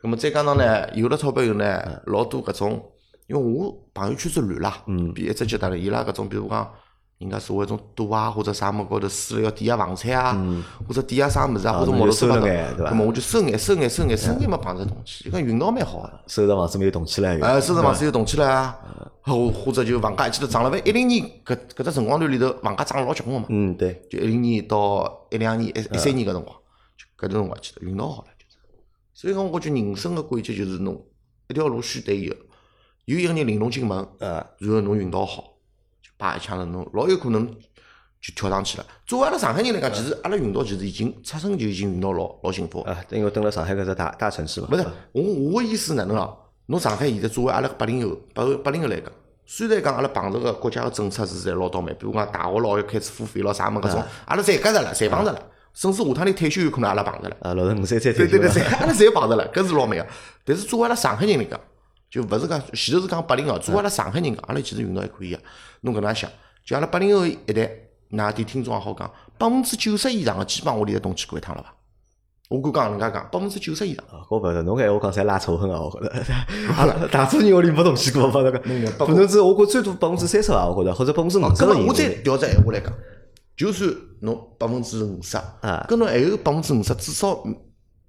葛啊么再加上呢，有了钞票以后呢，老多搿种，因为我朋友圈子乱啦，
嗯
比一只接搭了，伊拉搿种，比如讲。人家所谓种赌啊，或者啥物事高头输了要抵押房产啊，或者抵押啥物事啊，或者
嗯啊
毛头
收
什么
了
的
眼对，伐嗯
葛么我就收眼收眼收眼，收眼嘛碰着动起，就讲运道蛮好个。
收拾房子没有动起来个，
哎，收拾房子又动起来啊，或或者就房价一记头涨了呗。一零年搿搿只辰光段里头，房价涨了老结棍个嘛，
嗯，对，
就一零年到一两年、一一三年搿辰光，就搿段辰光记得运道好了，就是。所以讲，我觉得人生个轨迹就是侬一条路选对个，有一个人领侬进门，
啊，
然后侬运道好，就叭一枪了，侬老有可能就跳上去了。作为阿拉上海人来讲，其实阿拉运道其实已经出生就已经运道老老幸福了。
啊，因为蹲辣上海搿只大大城市嘛，
勿是，我我个意思哪能啊？侬上海现在作为阿拉八零后、八八零后来讲，虽然讲阿拉碰着个国家个政策是在老倒霉，比如讲大学咯要开始付费咯啥么搿种，阿拉侪搿着了，侪碰着了，甚至下趟你退休有可能阿拉碰着了。
啊，老头五三三
对
退
对
休
对，
了，
侪阿拉侪碰着了，搿是老美个。啊但是作为阿拉上海人来讲，就勿是讲前头是讲八零后，作为阿拉上海人讲，阿拉其实运道还可以个。侬搿能想，就阿拉八零后一代，㑚点听众也好讲，百分之九十以上个基本上屋里侪动起过一趟了伐？我敢讲，人家讲百分之九十以上。
啊，我勿是，侬搿闲话讲侪拉仇恨啊，我觉着，阿拉大多数人屋里没动起过，帮那个，百分之我觉最多百分之三十伐，我觉着，或者百分之五十
哦
个
搿么
人，
啊我再调只闲话来讲，就算侬百分之五十，
啊
跟侬还有百分之五十，至少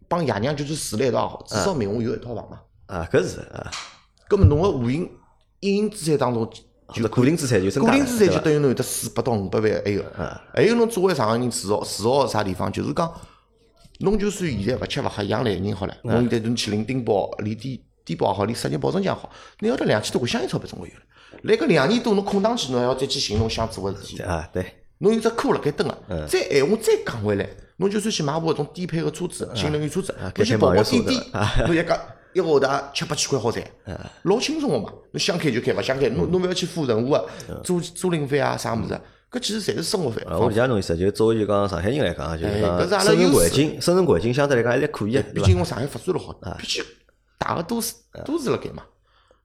帮爷娘就算住了一道也好，至少名下有一套房嘛。
啊，搿是啊，
搿么侬个无形隐形资产当中，
就固定资产就增
固
加了，
定资
对啊伐
产就等于侬有得四百到五百万还有，还有侬作为上海人自豪自豪啥地方，就是讲，侬就算现在勿吃勿喝养懒人
啊
好了，侬现在侬去领低保，领低低保也好，领失业保证金也好，侬要得两千多块香烟钞票总归有了。来个两年多，侬空档期侬还要再去寻侬想做个事体。
啊，对。
侬有只课辣盖蹲
嗯
啊，再闲话再讲回来，侬就算去买部搿种低配个车子，
嗯
新能源车子，
搿
侬去
些
跑
网
跑
约车
滴滴
对，
侬一讲一个号头也七八千块好赚，
嗯
老轻松个嘛。侬想开就开，勿想开，侬侬勿要去付任何个租租赁费啊啥物事啊，搿其实侪是生活费。
嗯啊，我理解侬意思，就作为就讲上海人来讲，啊就是
哎搿是
讲
阿拉
生存
优
环
势
境，生存环境相对来讲还是可以的，
毕
对伐？啊嗯
竟我上海发展了好，毕竟大个都市都市辣盖嘛。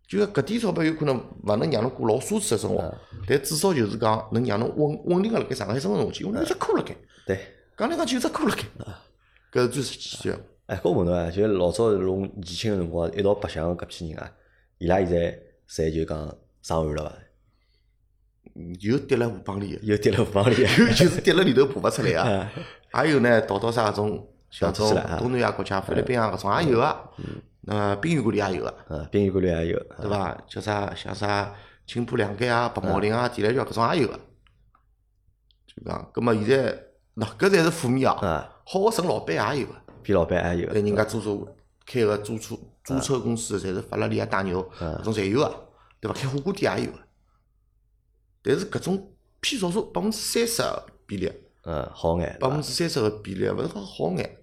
就搿点钞票有可能勿能让侬过老奢侈个生
嗯
活，但至少就是讲能让侬稳稳定个辣盖上海生活下去，因为侬只课辣盖，
对。
讲来讲去有只课辣盖，搿是最实际个。
哎，搿我问侬啊，就是老早侬年轻个辰光一道白相搿批人啊，伊拉现在侪就讲上岸了伐？
有跌辣河浜里的，
又跌了河浜里啊，
有 就是跌辣里头爬勿出来
啊
啊。还有呢，逃到啥搿种像
想
种
起来啊嗯
东南亚国家，菲律宾啊搿种也有啊。那宾馆里也有啊，
啊，殡仪馆里也有，
对伐？叫啥像啥青浦两街啊、白毛岭
嗯
啊、地兰桥搿种也有啊。就讲，葛末现在喏，搿侪是负面啊
啊。
好个省老板也有啊，
比老板也有
哎，，人家租车开个租车
嗯
租车公司，侪是法拉利啊、大牛搿种侪有啊，对伐？开火锅店也有啊。但是搿种偏少数，百分之三十个比例。
嗯，好眼，
百分之三十个比例，勿是讲好眼，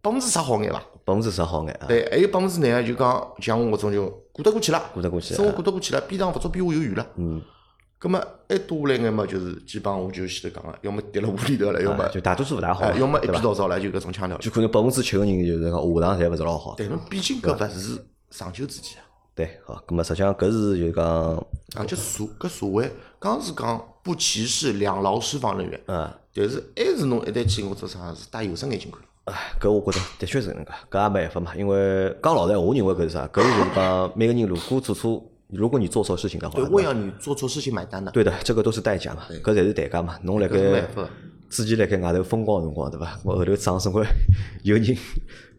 百分之十好眼伐？
百分之十好眼啊，
对，还有百分之廿个就讲像我搿种就过得过去了，
过得过去
生活
啊
过得过去了，边上勿足边下有余了。
嗯，
葛末还多下来眼嘛，就是基本上我就前头讲个，要么跌了屋里头了，要么
啊就大多数勿大好
哎，，要么一
对
边
伐？
倒灶了，就搿种腔调了。
就可能百分之七个人就是讲下趟侪勿是老好，
但侬毕竟搿勿是长久之计啊，
对，好，葛么实际上搿是就是讲，
而且社啊搿社会刚是讲不歧视两劳施放人员，
嗯。
但是还是侬一旦去我做啥事，戴有色眼镜看。
唉，搿我觉着的确是搿能介，搿也没办法嘛。因为讲老实闲话，我认为搿是啥？搿是就是讲每个人如果做错，如果你做错事情的话
对，，哦我要你做错事情买单的，
对的，这个都是代价嘛，搿才是代价嘛。侬辣
搿是
盖
没办法。
之前辣盖外头风光的辰光，对伐？我后头涨总归 有人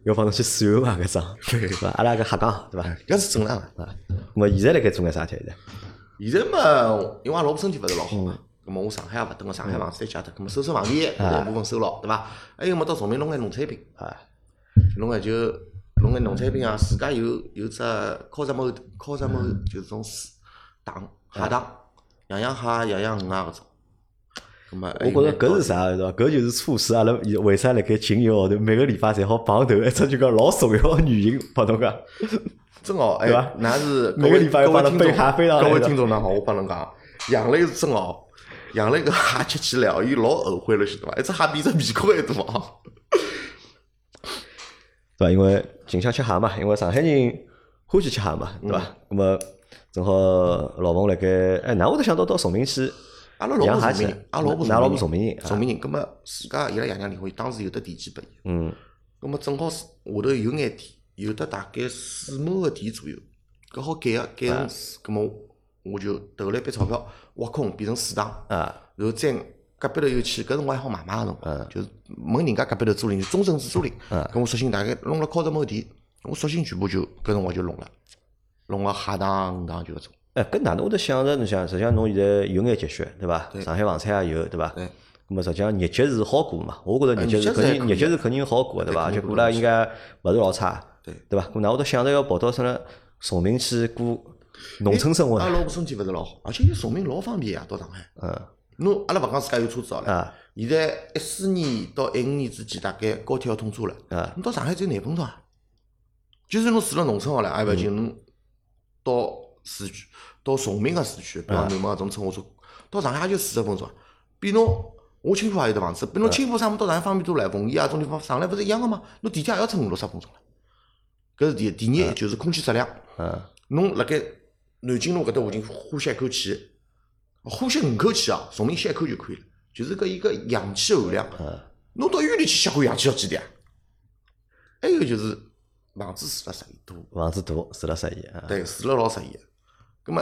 要帮侬去算嘛，搿涨，对伐？阿拉搿瞎讲，对伐？
搿是正常个。
啊，咾么现在辣盖做眼啥事体？现在嗯
现在嘛，因为阿拉老婆身体勿是老好嘛，咁么我上海也勿蹲个上海房子再借脱，咁么收收房钿，搿一部分收牢，对伐？还有么到崇明弄眼农产品，
啊，
弄眼就弄眼农产品啊，自家有有只 Cosmo Cosmo
嗯
就是种水塘蟹塘，养养蟹，养养鱼啊搿种。咁么还
我觉
有
着
眼
搿
稻
是
子
啥，对伐？搿就是促使阿拉以为啥辣盖近一个号头每个礼拜侪好碰头，一只就讲老重要个原因，帮侬讲。
真哦，哎
对吧，
那 是
每个礼拜
各位
帮他
听众
背下背下来
各位
的
听众呢，好，我帮侬讲，养了一只真哦，养了一个蟹吃起来哦，伊老后悔了，晓得伐？一只蟹比一只面孔 还大哦。
对伐？因为近腔吃蟹嘛，因为上海人欢喜吃蟹嘛，对伐？
嗯
那么正好老冯辣盖，哎，哪会得想到到崇明去
阿拉老
养
婆
蟹
崇明
去
人，？阿拉老婆
㑚老婆
崇
崇明人，
崇明人，葛末自家伊拉爷娘离婚，当时有的地基拨伊，
嗯，
葛末正好是下头有眼地，有的大概四亩个地左右，搿好改个改
啊
成，葛末我就投了一笔钞票挖空，变成水塘。
啊，
然后再隔壁头又去，搿辰光还好买卖个辰光，就是问人家隔壁头租赁，就中正市租赁。搿我索性大概弄了靠着某地，我索性全部就搿辰光就弄了，弄了蟹塘、鱼塘就搿种。
哎，搿哪能会得想着侬想，实际上侬现在有眼积蓄，对伐？上海房产也有，对伐？
对
那么实际上日脚是好过嘛，我觉着日脚是
哎日脚是
肯定日脚是肯
还可以
定好过的，对伐？而
肯
且
定
过了应该勿是老差，
对
对伐？咾哪会得想着要跑到什么崇明去过农村生活
阿
呢？
拉老婆身体勿是老好，而且伊崇明老方便啊呀，到上海。
嗯
侬阿拉勿讲自家有车子好了，
啊，
现在一四年到一五年之间，大概高铁要通车了。
啊
侬到上海只有廿分钟啊。就算侬住了农村好了，也勿要紧，侬到市区，到崇明个啊市区，比方南门搿种乘火车，到上海也就四十分钟啊。比侬我青浦也有得房子，比侬青浦啥么到上海方便多了，奉贤啊，种地方上来勿是一样个嘛？侬地铁也要乘五六十分钟了。搿是第一，第二就是空气质量。
嗯，
侬辣盖南京路搿搭附近呼吸一口气，呼吸五口气啊，重新吸一口就可以了。就是搿一个氧气含量，啊侬到医院里去吸口氧气要几钿啊？还有就是房子住了适宜多，
房子大，住了适宜啊。
对，住了老适宜的。葛末，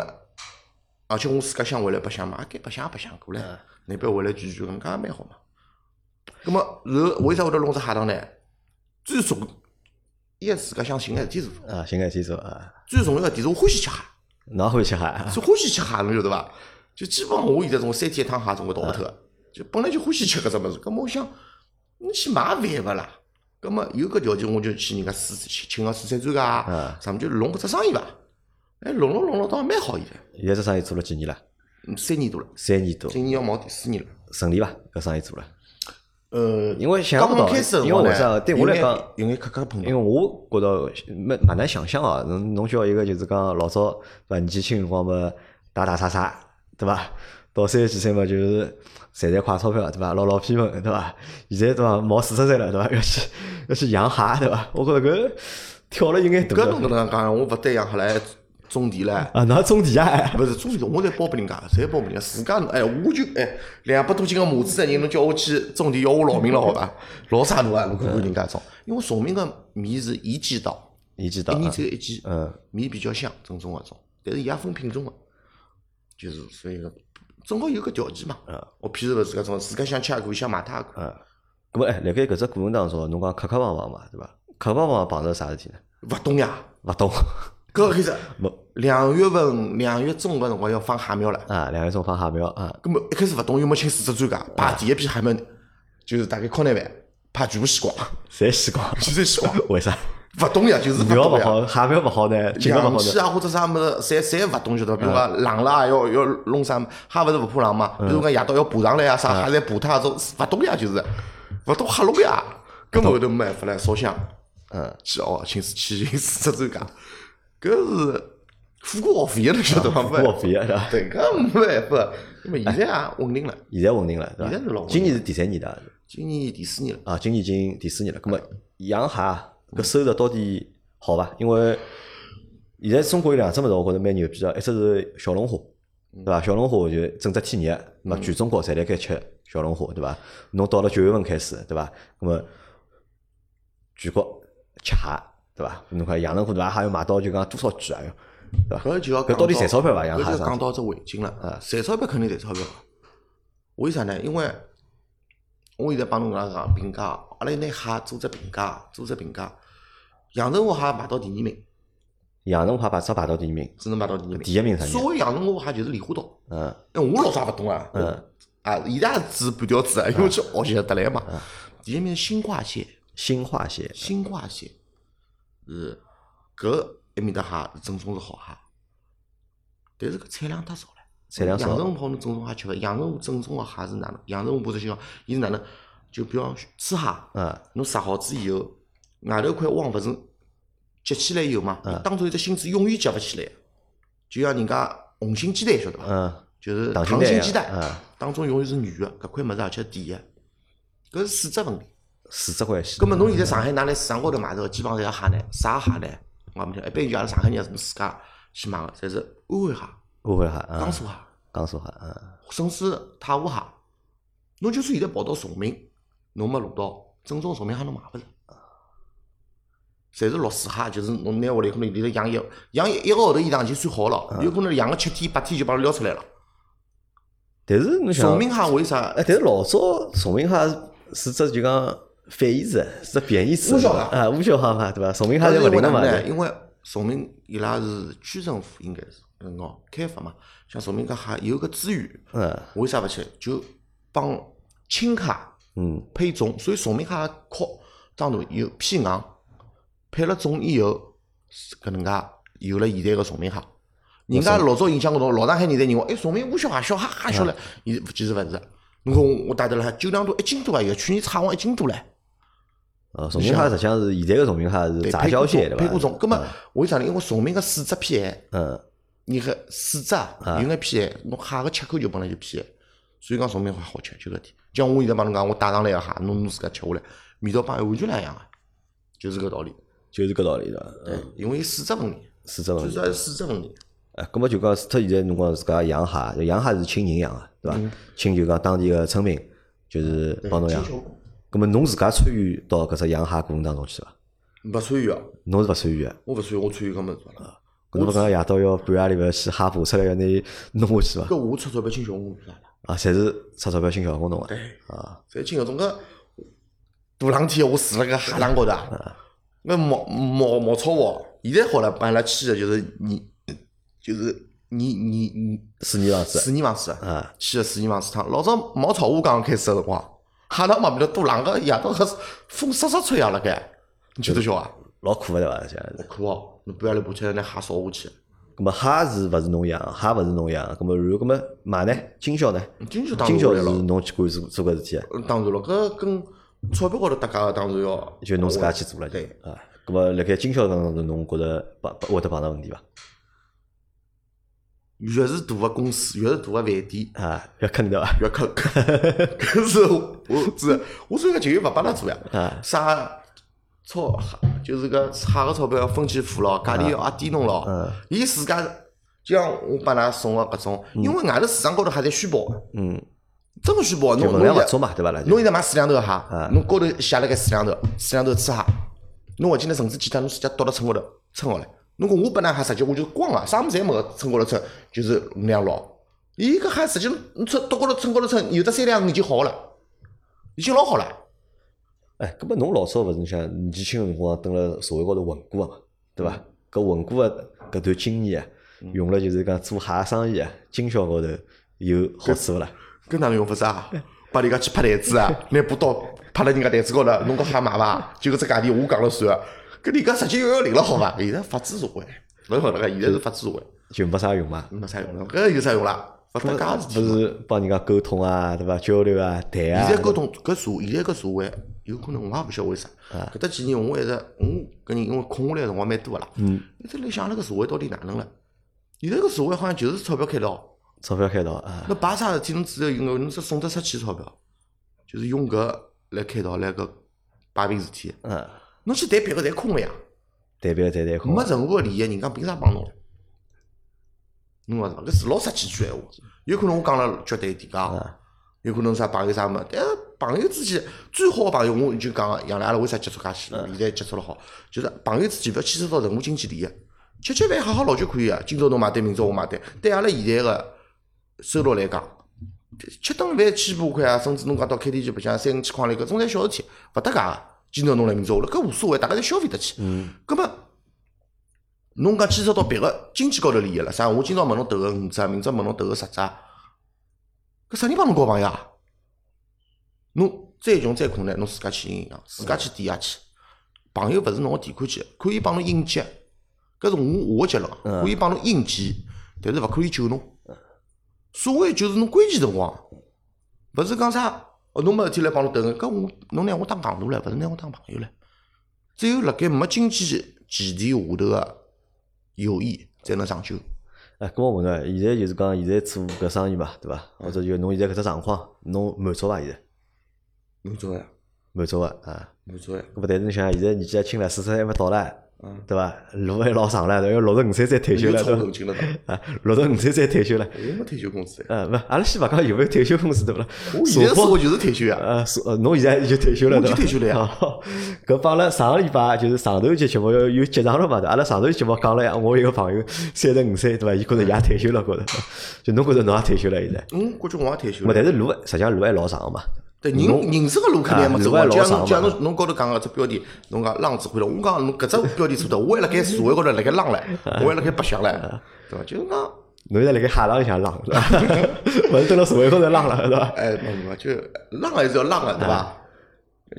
而且我自家想回来白相嘛，啊该白相也白相过来，难边回来聚聚，搿能介也蛮好嘛。葛末，然后为啥会得弄只海塘呢？最重，伊也自家想寻个事体做，
啊，寻眼先做啊，
最重要个点是我欢喜吃蟹。
哪欢喜哈？
是欢喜吃蟹，侬晓得伐？就基本上我现在从三天一趟蟹总归逃勿脱
嗯
的，就本来就欢喜吃搿只物事。咁么我想，侬去买饭勿啦？咁么有搿条件，我就去人家试请请个试菜专家
嗯
啊，咱们就弄搿只生意伐？哎，弄弄弄弄，倒也蛮好现在，
现在这生意做了几年了？
嗯三年多了，
三年多，
今年要忙第四年了。
顺利伐？搿生意做了。
呃，
因为想
刚
不
刚
到，
开始的
因为
辰光
我
呢
想对我
有
来
眼
讲，
有眼磕磕碰
因为
碰，
我觉得蛮蛮难想象啊，侬侬叫一个就是讲老早对伐？年纪轻辰光嘛，打打杀杀，对伐？到三十几岁嘛，就是赚赚快钞票，对伐？捞捞偏门，对伐？现在对伐？毛四十岁了，对伐？要去要去养蟹，对伐？我觉着搿跳了有眼大
搿侬搿能介讲，我勿对养下来种田唻。
啊！哪种地啊？
勿是中地，我侪包拨人家，侪包拨人家。自家哎，我就哎，两百多斤个母子的人，侬叫我去种地，要我劳命了，好伐？老啥侬啊，侬看看人家种，因为崇明个米是一季稻，
你知道
一
啊
年只有一季，
嗯，
米比较香，正宗个种，啊但是伊也分品种个，啊就是所以个，总归有个条件嘛。我譬如勿自家种，自家想吃也可以，想买它也可以，
嗯，咁么哎，辣盖搿只过程当中，侬讲磕磕碰碰嘛，对伐？磕磕碰碰碰着啥事体呢？
勿懂呀。
勿懂，
搿个开始
没
两月份、两月中个辰光要放蟹苗了。
啊，两个钟放蟹苗啊，
根本一开始勿懂，又没请水质专家，派第一批海们，就是大概敲那饭，派全部死光，
侪死光，
全部死光，
为啥？
勿懂呀，就是 勿
苗勿
懂呀。
好，蟹苗勿好呢，景勿好嗯
氧
呢
气，啊，或者啥物事，侪侪勿懂晓得伐？比如讲浪啦，要要弄啥，虾勿是勿怕浪
嗯
嘛？比如讲夜到要爬上来啊，啥虾侪爬脱啊，种勿懂呀，就是勿懂黑龙呀，根本后头没办法来烧香，
嗯，
去哦，请去请水质专家，搿是付过学费了，晓得 伐？没
过肥啊，
对，搿没办法。那么现在啊，稳定了。
现在稳定了，对
现在是老
伐？
稳定
今
了
年是第三年了，
今年第四年了，
啊，今年已经第四年了。咁么养蟹搿收入到底好伐？因为现在中国有两只物事，我觉着蛮牛逼个，一只是小龙虾，
嗯
对伐？小龙虾就是整只天热，那么全中国侪辣盖吃小龙虾，对伐？侬到了九月份开始，对伐？那么全国吃蟹，对伐？侬看养龙虾对伐？还要买到就讲多少只啊？要对伐？
搿就要
搿到底赚钞票伐
伐？
养
搿
蟹
就
啥
讲到只环境了，赚钞票肯定赚钞票。为啥呢？因为我现在帮侬讲讲评价，阿拉拿蟹做只评价，做只评价，阳澄湖蟹排到第二名，
养龙虾排只排到第一名，
只能排到第二名。
第一名啥
所
人？
谓阳澄湖蟹就是莲花岛，
嗯
哎，我老早也勿懂啊。
嗯，
啊，伊拉是半吊子啊，因为去学习得来嘛。第一面新挂线，
新化县
新挂线是呃搿埃面搭蟹是正宗是好蟹，但是搿产量太少了。
产量
阳
少，
澄湖泡侬正宗蟹吃勿？阳澄湖正宗个蟹是哪能？阳澄湖不是讲伊是哪能？就比方吃蟹，
啊
侬杀好子以后，外头块汪勿是结起来以后嘛，
嗯
伊当做一只新子永远结勿起来，就像人家红心鸡蛋晓得伐？
嗯，
就是
溏
溏
心蛋
心鸡
啊
蛋
啊，
当中永远是软个，搿块物事而且甜个，搿是水质问题。
水质关系
葛。末侬现在上海拿来市场高头买着，基本上侪是蟹呢，啥蟹呢？我没听，一般就阿拉上海人是自家去买个，侪是安徽蟹、
安徽蟹啊
江，苏蟹。
江苏蟹啊，
甚至太湖蟹，侬就算现在跑到崇明，侬没路到正宗崇明蟹侬买勿着，侪是绿水蟹，就是侬拿回来可能里头养一养一一个号头以上就算好
嗯
了，有可能养个七天八天就把它撩出来了。
但是侬想
崇，明蟹为啥？
嗯哎，但是老早崇明蟹是只就讲反义词，是只贬义词，
乌小蟹
啊，乌小蟹嘛，对伐？崇明蟹
但
侪勿
是
灵
为哪
了嘛
能，呢？因为崇明伊拉是区政府应该是嗯喏开发嘛，像崇明搿蟹有个资源，
嗯
为啥勿去？就帮青蟹。
嗯
配种，所以崇明蟹的壳长大有偏硬，配了种以后，是搿能介有了现在个崇明蟹。人家老早印象高头，老上海人侪认为，哎，崇明乌小蟹小哈哈小了，伊其实勿是。侬看我我带得了，酒量多一斤多啊，有去年差往一斤多唻。
呃，崇明蟹实际上是现在个崇明蟹是
对，
杂
配
交
过
蟹，对
种，配过
伐？
种。葛末为啥呢？因为崇明个水质偏咸，
嗯，
你看水质啊有眼偏咸，侬蟹个切口就本来就偏咸，所以讲崇明蟹好吃，就搿点。就像我现在帮侬讲，我带上来个蟹，侬侬自家吃下来，味道帮完全两样个，啊就是搿道理。
就是搿道理对伐？
对，因为水质问题，
水质问
最
题
主。要是水质问题。
哎，葛么就讲，他现在侬讲自家养蟹，就养蟹是请人养个，啊对
嗯
伐？请就讲当地个村民，就是帮侬养。葛么侬自家参与到搿只养蟹过程当中去伐？
勿参与啊，
侬是勿参与个。
我勿参与，我参与搿么子了。
搿侬勿讲夜到要半夜里头去蟹爬出来要拿伊弄下去伐？
搿我出钞票请小红做啥啦？
啊，侪是出钞票请小工弄个。
对，
啊，
侪请搿种个大冷天，我住辣搿海浪高头
嗯
啊，那毛毛毛草哦，现在好了，帮伊拉去个就是泥，就是泥泥泥
水泥房子
水泥房子啊，
啊，
去个水泥房子趟。老早茅草屋刚刚开始个辰光，海浪旁边头多冷个，夜到黑风瑟瑟吹啊辣盖，你晓得晓啊？
老苦个对伐？这样
我
子。
苦哦，侬半夜里爬起来拿蟹烧下去。
葛么蟹是勿是侬养？蟹勿是侬养？葛么然后葛么买呢？经销呢？
今朝当
经
然
销
回
是
来了，
侬去管做做搿事体个。啊
嗯当然了，搿跟钞票高头搭界个当然要
就侬自家去做了，
对，
啊。咁么，辣盖经销当中，侬觉着碰会得碰到问题伐？
越是大个公司，越是大个饭店，
啊，要坑对伐？
越 坑。搿是我是我所以讲就业勿帮他做呀
啊，
啥钞就是搿差个钞票要分期付咯，价钿要压低侬咯
嗯。
伊自家就像我帮㑚送个搿种，因为外头市场高头还在虚报的，
嗯，
真个虚报，
就分
侬侬
量勿
现
足
在
嘛，对伐？啦，就
侬现在买四两头个蟹，侬高头写了个四两头，四两头吃蟹，侬勿记得绳子几条，侬直接倒到秤高头称好了。侬讲我本来蟹实际我就光个，啥物事侪没个，秤高头称就是五两老。伊搿蟹实际侬称倒高头秤高头称，有的三两五已经好了，已经老好了。
哎，咁么侬老早勿是侬想年轻个辰光蹲辣社会高头混过个嘛，对
嗯
伐？搿混过个搿段经验啊，用了就是讲做蟹生意啊，经销高头有好处勿啦？
搿哪能用法子啊？帮人家去拍台 子啊，拿把刀拍辣人家台子高头，侬讲喊买伐？就搿只价钿我讲了算，搿人家实际要要领了好伐？现在法治社会，侬晓得个，现在是法治社会，
就没啥用嘛。
没啥用了，搿有啥用啦？勿嗯搭界事体
勿
嘛。
是帮人家沟通啊，对伐？交流啊，谈啊。
现在沟通搿社现在搿社会有可能我也勿晓得为啥，搿搭几年我一直我搿人因为空下来的辰光蛮多个啦，
嗯
一直辣想阿拉搿社会到底哪能了？现在搿社会好像就是钞票开道，
钞票开道啊，
侬办啥事体侬只要有眼侬只送得出去钞票，就是用搿来开道来搿摆平事体，
嗯，
侬去谈别个侪空了呀，
代表谈谈啊空
没。任何个利益，人家凭啥帮侬？侬讲是伐？搿是老杀气句闲话，有可能我讲了绝对一点讲。
啊，
有可能啥朋友啥么？但是朋友之间最好的朋友，我就讲个，杨来阿拉为啥接触介许多？现在接触了好，就是朋友之间勿要牵涉到任何经济利益，吃吃饭喝喝老就可以啊个。今朝侬买单，明朝我买单。对阿拉现在个收入来讲，吃顿饭千把块啊，甚至侬讲到 KTV 白相三五千块钿，搿种侪小事体，勿搭界个。今朝侬来，明朝我来，搿无所谓，大家侪消费得起。嗯。葛末侬讲牵涉到别个经济高头利益了，啥？我今朝问侬投个五只，明朝问侬投个十只，搿搿啥人帮侬交朋友啊？侬再穷再困难，侬自家去银行，自家去抵押去。朋友勿是侬个提款机，可以帮侬应急，搿是我我个结论啊，可以帮侬应急，但是勿可以救侬。所谓就是侬关键辰光，勿是讲啥哦，侬没事体来帮侬等，搿我侬拿我当戆大唻，勿是拿我当朋友唻。只有辣盖没经济前提下头个友谊才能长久。
哎，搿我问个，现在就是讲现在做搿生意嘛，对伐？或者就侬现在搿只状况，侬满足伐？现在
满足呀，
满足个啊？
满足呀，
搿么但是你想，现在年纪还轻了，四十还没到唻，
嗯，
对伐？路还老长唻，要六十五岁再退休
又
了，
冲
对
头
伐？
进了当，
啊，六十五岁再退休了。
又没退休工资呀。
呃，勿，阿拉先勿讲有没有退休工资对勿啦？
我现在
社
生
保
活就是退休呀，
呃，所呃侬现在就退休了，
我就
对伐
退休了呀。
哦搿帮阿拉上个礼拜就是上头一节节目有有接上了嘛？对伐阿拉上头一节目讲了呀，我有个朋友三十五岁，对伐？伊觉着伊也退休了，觉着，就侬觉着侬也退休了现在。
嗯，感觉我也退休
咾
了。
但是路实际上路还老长个嘛。
对，人人生个路肯定还没走
啊
完。
路
就
还老
像侬，就
长
像
嘛
侬侬高头讲个只标题，侬讲浪子回头，我讲侬搿只标题 错的，我还辣盖社会高头辣盖浪唻，我还辣盖白相唻，对伐？就是讲，
侬现在辣盖海浪里向浪，是伐 勿是蹲辣社会高头浪了，对伐？
哎，没没没，就浪还是要浪个，对伐？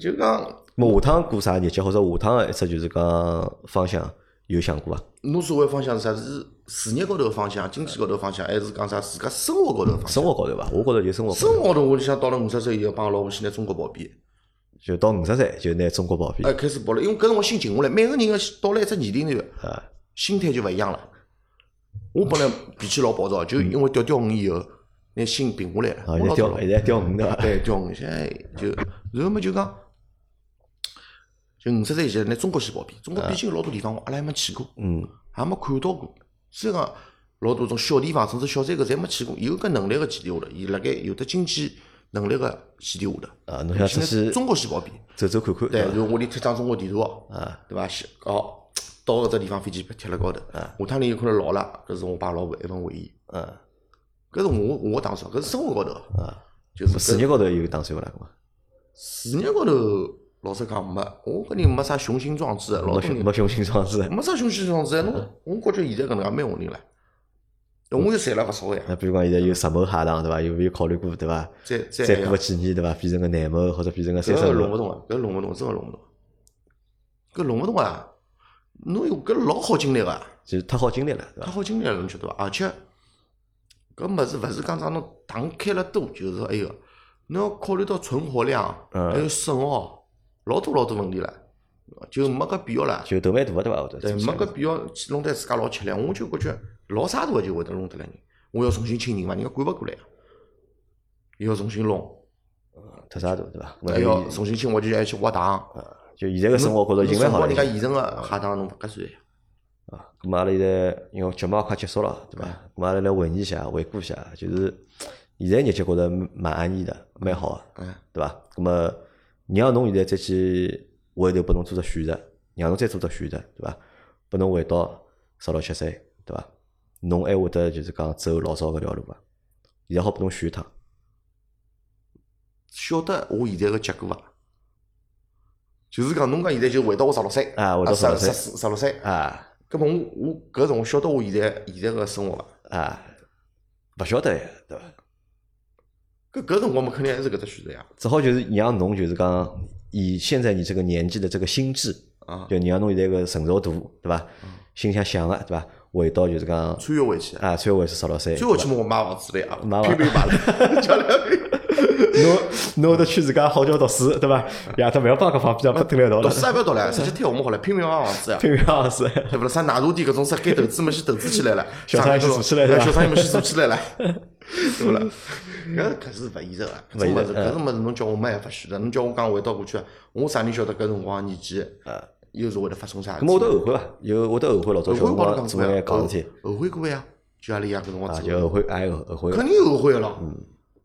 就讲
咾下趟过啥日节，或者下趟个一只就是讲方向有想过伐？
侬所谓方向是啥？是事业高头个方向、经济高头个方向，还是讲啥自家生活高头个方向？
生活高头伐？我觉着就生活高头，
生活高头，我就想到了五十岁以后，帮老婆去拿中国保庇。
就到五十岁就拿中国保庇
哎，开始跑了，因为搿辰光心静下来，每个人个到了一只年龄段，
啊。
心态就勿一样了。我本来脾气老暴躁，就因为调调五以后，拿心平下来了。
啊，
我
现在
老
钓，现在钓鱼对伐？
对调五，现在就然后么就讲，就五十岁前拿中国去跑遍，中国毕竟有老多地方阿拉还没去过，
嗯，
还没看到过。虽然讲老多种小地方，甚至小山沟，侪没去过。有搿能力个前提下头，伊辣盖有得经济能力个前提下头，
啊，侬想出
去拿
去
中国去跑遍。
走啊走看看，对
对，然
伐？
后我里贴张中国地图哦，
啊，
对伐？是哦，到搿只地方飞机票贴辣高头，
啊
下趟你有可能老了，搿是我爸老婆一份回忆，
嗯，
搿是我我打算，搿是生活高头，
啊，
就是
事
搿
业高头有打算勿啦？搿嘛
事业高头，老实讲没，我搿人没啥雄心壮志，老
没
多
雄
人
没雄嗯心壮志。
没啥雄心壮志，侬我觉着现在搿能介蛮稳定唻，我又赚了勿少呀，
那啊比如讲，现在有十亩海塘，对伐？有没有考虑过，对伐？
再再
嗯再
还
过
要
个几年，对伐？变成个廿亩或者变成个三
搿
十
弄勿
亩，
动啊，搿弄勿动，真个弄勿动，搿弄勿动啊，侬有搿老好经历个。
就太好经历了，对
太
伐？
好经历了，侬晓得伐？而且搿物事勿是讲啥侬打开了多，就是说哎哟，侬要考虑到存活量，
嗯
还有损耗，老多老多问题了，就没搿必要了。
就头蛮大个，对伐？我觉得
对，没搿必要去弄得自家老吃力。我就感觉老沙大就会得弄得来人，我要重新请人嘛，人家管勿过来啊，又要重新弄，
特啥大，对伐？
还
咾
要重新请我就要去挖塘。
就哎现在
嗯
个生活觉着已经蛮好
侬
了
人。家啊现成个海塘侬勿合算呀。
啊，咁嘛阿拉现在因为节目也快结束了，对伐？咁啊嘛阿拉来回忆一下，回顾一下，就是现在日节觉着蛮安逸的，蛮好的。
嗯，
对伐？咁啊么，让侬现在再去回头拨侬做只选择，让侬再做只选择，对伐？拨侬回到十六七岁，对伐？侬还会得就是讲走老早搿条路伐？现在好拨侬选一趟，
晓得我现在个结果伐？就是讲，侬讲现在就回到我十六岁
啊回到
十
16岁
十十六岁。
啊
搿么我我搿辰光晓得我现在现在个生活伐？
啊，勿晓得呀，对伐？
搿搿辰光嘛，肯定还是搿只选择呀。
只好就是让侬就是讲以现在你这个年纪的这个心智，
啊，
就让侬现在个成熟度，对伐？心想想个，对伐？回到就是讲
穿越回去，
啊，穿越回是十六岁，
穿越回去嘛，我买房子了呀，
买房
拼命买了，叫来
侬侬会得去自家好叫读书，对伐？夜头勿要帮搿方边上蹲辣一道了，
读书也勿要读了，直接推项目好了，拼命买房子呀。
拼命也 是。
对勿啦？啥奶茶店搿种啥该投资嘛，先投资起来了，
小生意先做起来是吧
哎小生意嘛先做起来了，对 勿啦？搿搿是勿现实啊个，搿种物事，
勿现实嗯
搿种物事侬叫我没办法选择，侬叫我讲回到过去，啊我啥人晓得搿辰光年纪，又是会得发生啥事
咁嗯
体？
么会得后悔伐？有会得后悔老早小辰
后悔
光做
过
眼
呀，
戆事体，
后悔过呀，就阿拉爷搿辰光
啊，
做
就后悔，哎有后悔
哦
嗯
肯定有后悔个咯。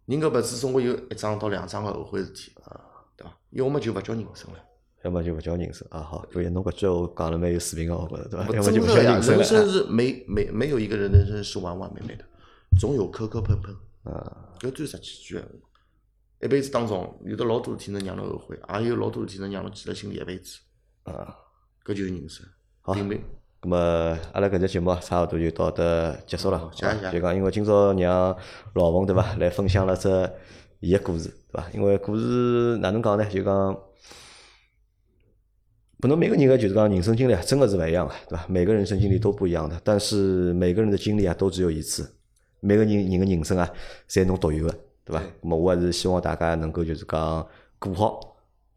人搿辈子总归有一桩到两桩个后悔事体，
啊
对伐？要么就勿叫人生了。
要么就勿叫人生啊。好，所以侬搿句话讲了蛮有水平个，我觉着对伐？
不
啊要么
真
就勿叫
的呀，
人生
人生
了。啊
是没没没有一个人的人生是完完美美的，总有磕磕碰碰。
啊，
搿最实际句闲话。一辈子当中，有的老多事体能让侬后悔，也有老多事体能让侬记辣心里一辈子。
啊，
搿就是人生
好。
并没
咁么阿拉搿只节目啊差勿多就到得结束了，好
哦谢谢
伐就讲因为今朝让老冯对伐来分享了只伊个故事，对伐？因为故事哪能讲呢？就讲。可能每个人个就是讲人生经历啊，真个是勿一样个，对伐？每个人生经历都不一样的，但是每个人的经历啊，都只有一次。每个人人个人生啊，侪侬独有个，对伐
对？
咁么我还是希望大家能够就是讲过好，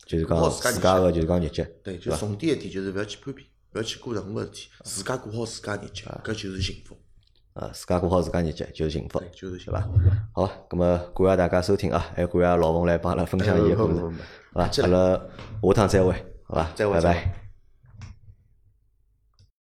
就是
过好
讲
自家
自家
日脚
个就是讲日脚。
对，就重点一点就是勿要去攀比，勿要去顾任何事体，自家过好自家日脚，搿就是幸福。
啊，自家过好自家日脚就是幸福，
对，就是幸
对伐
福。？
好吧，咁么感谢大家收听啊，还感谢老冯来帮阿拉分享伊个故事，
哎不不不不
好吧？阿拉下趟再会，好吧？
再会
拜
再
拜
会。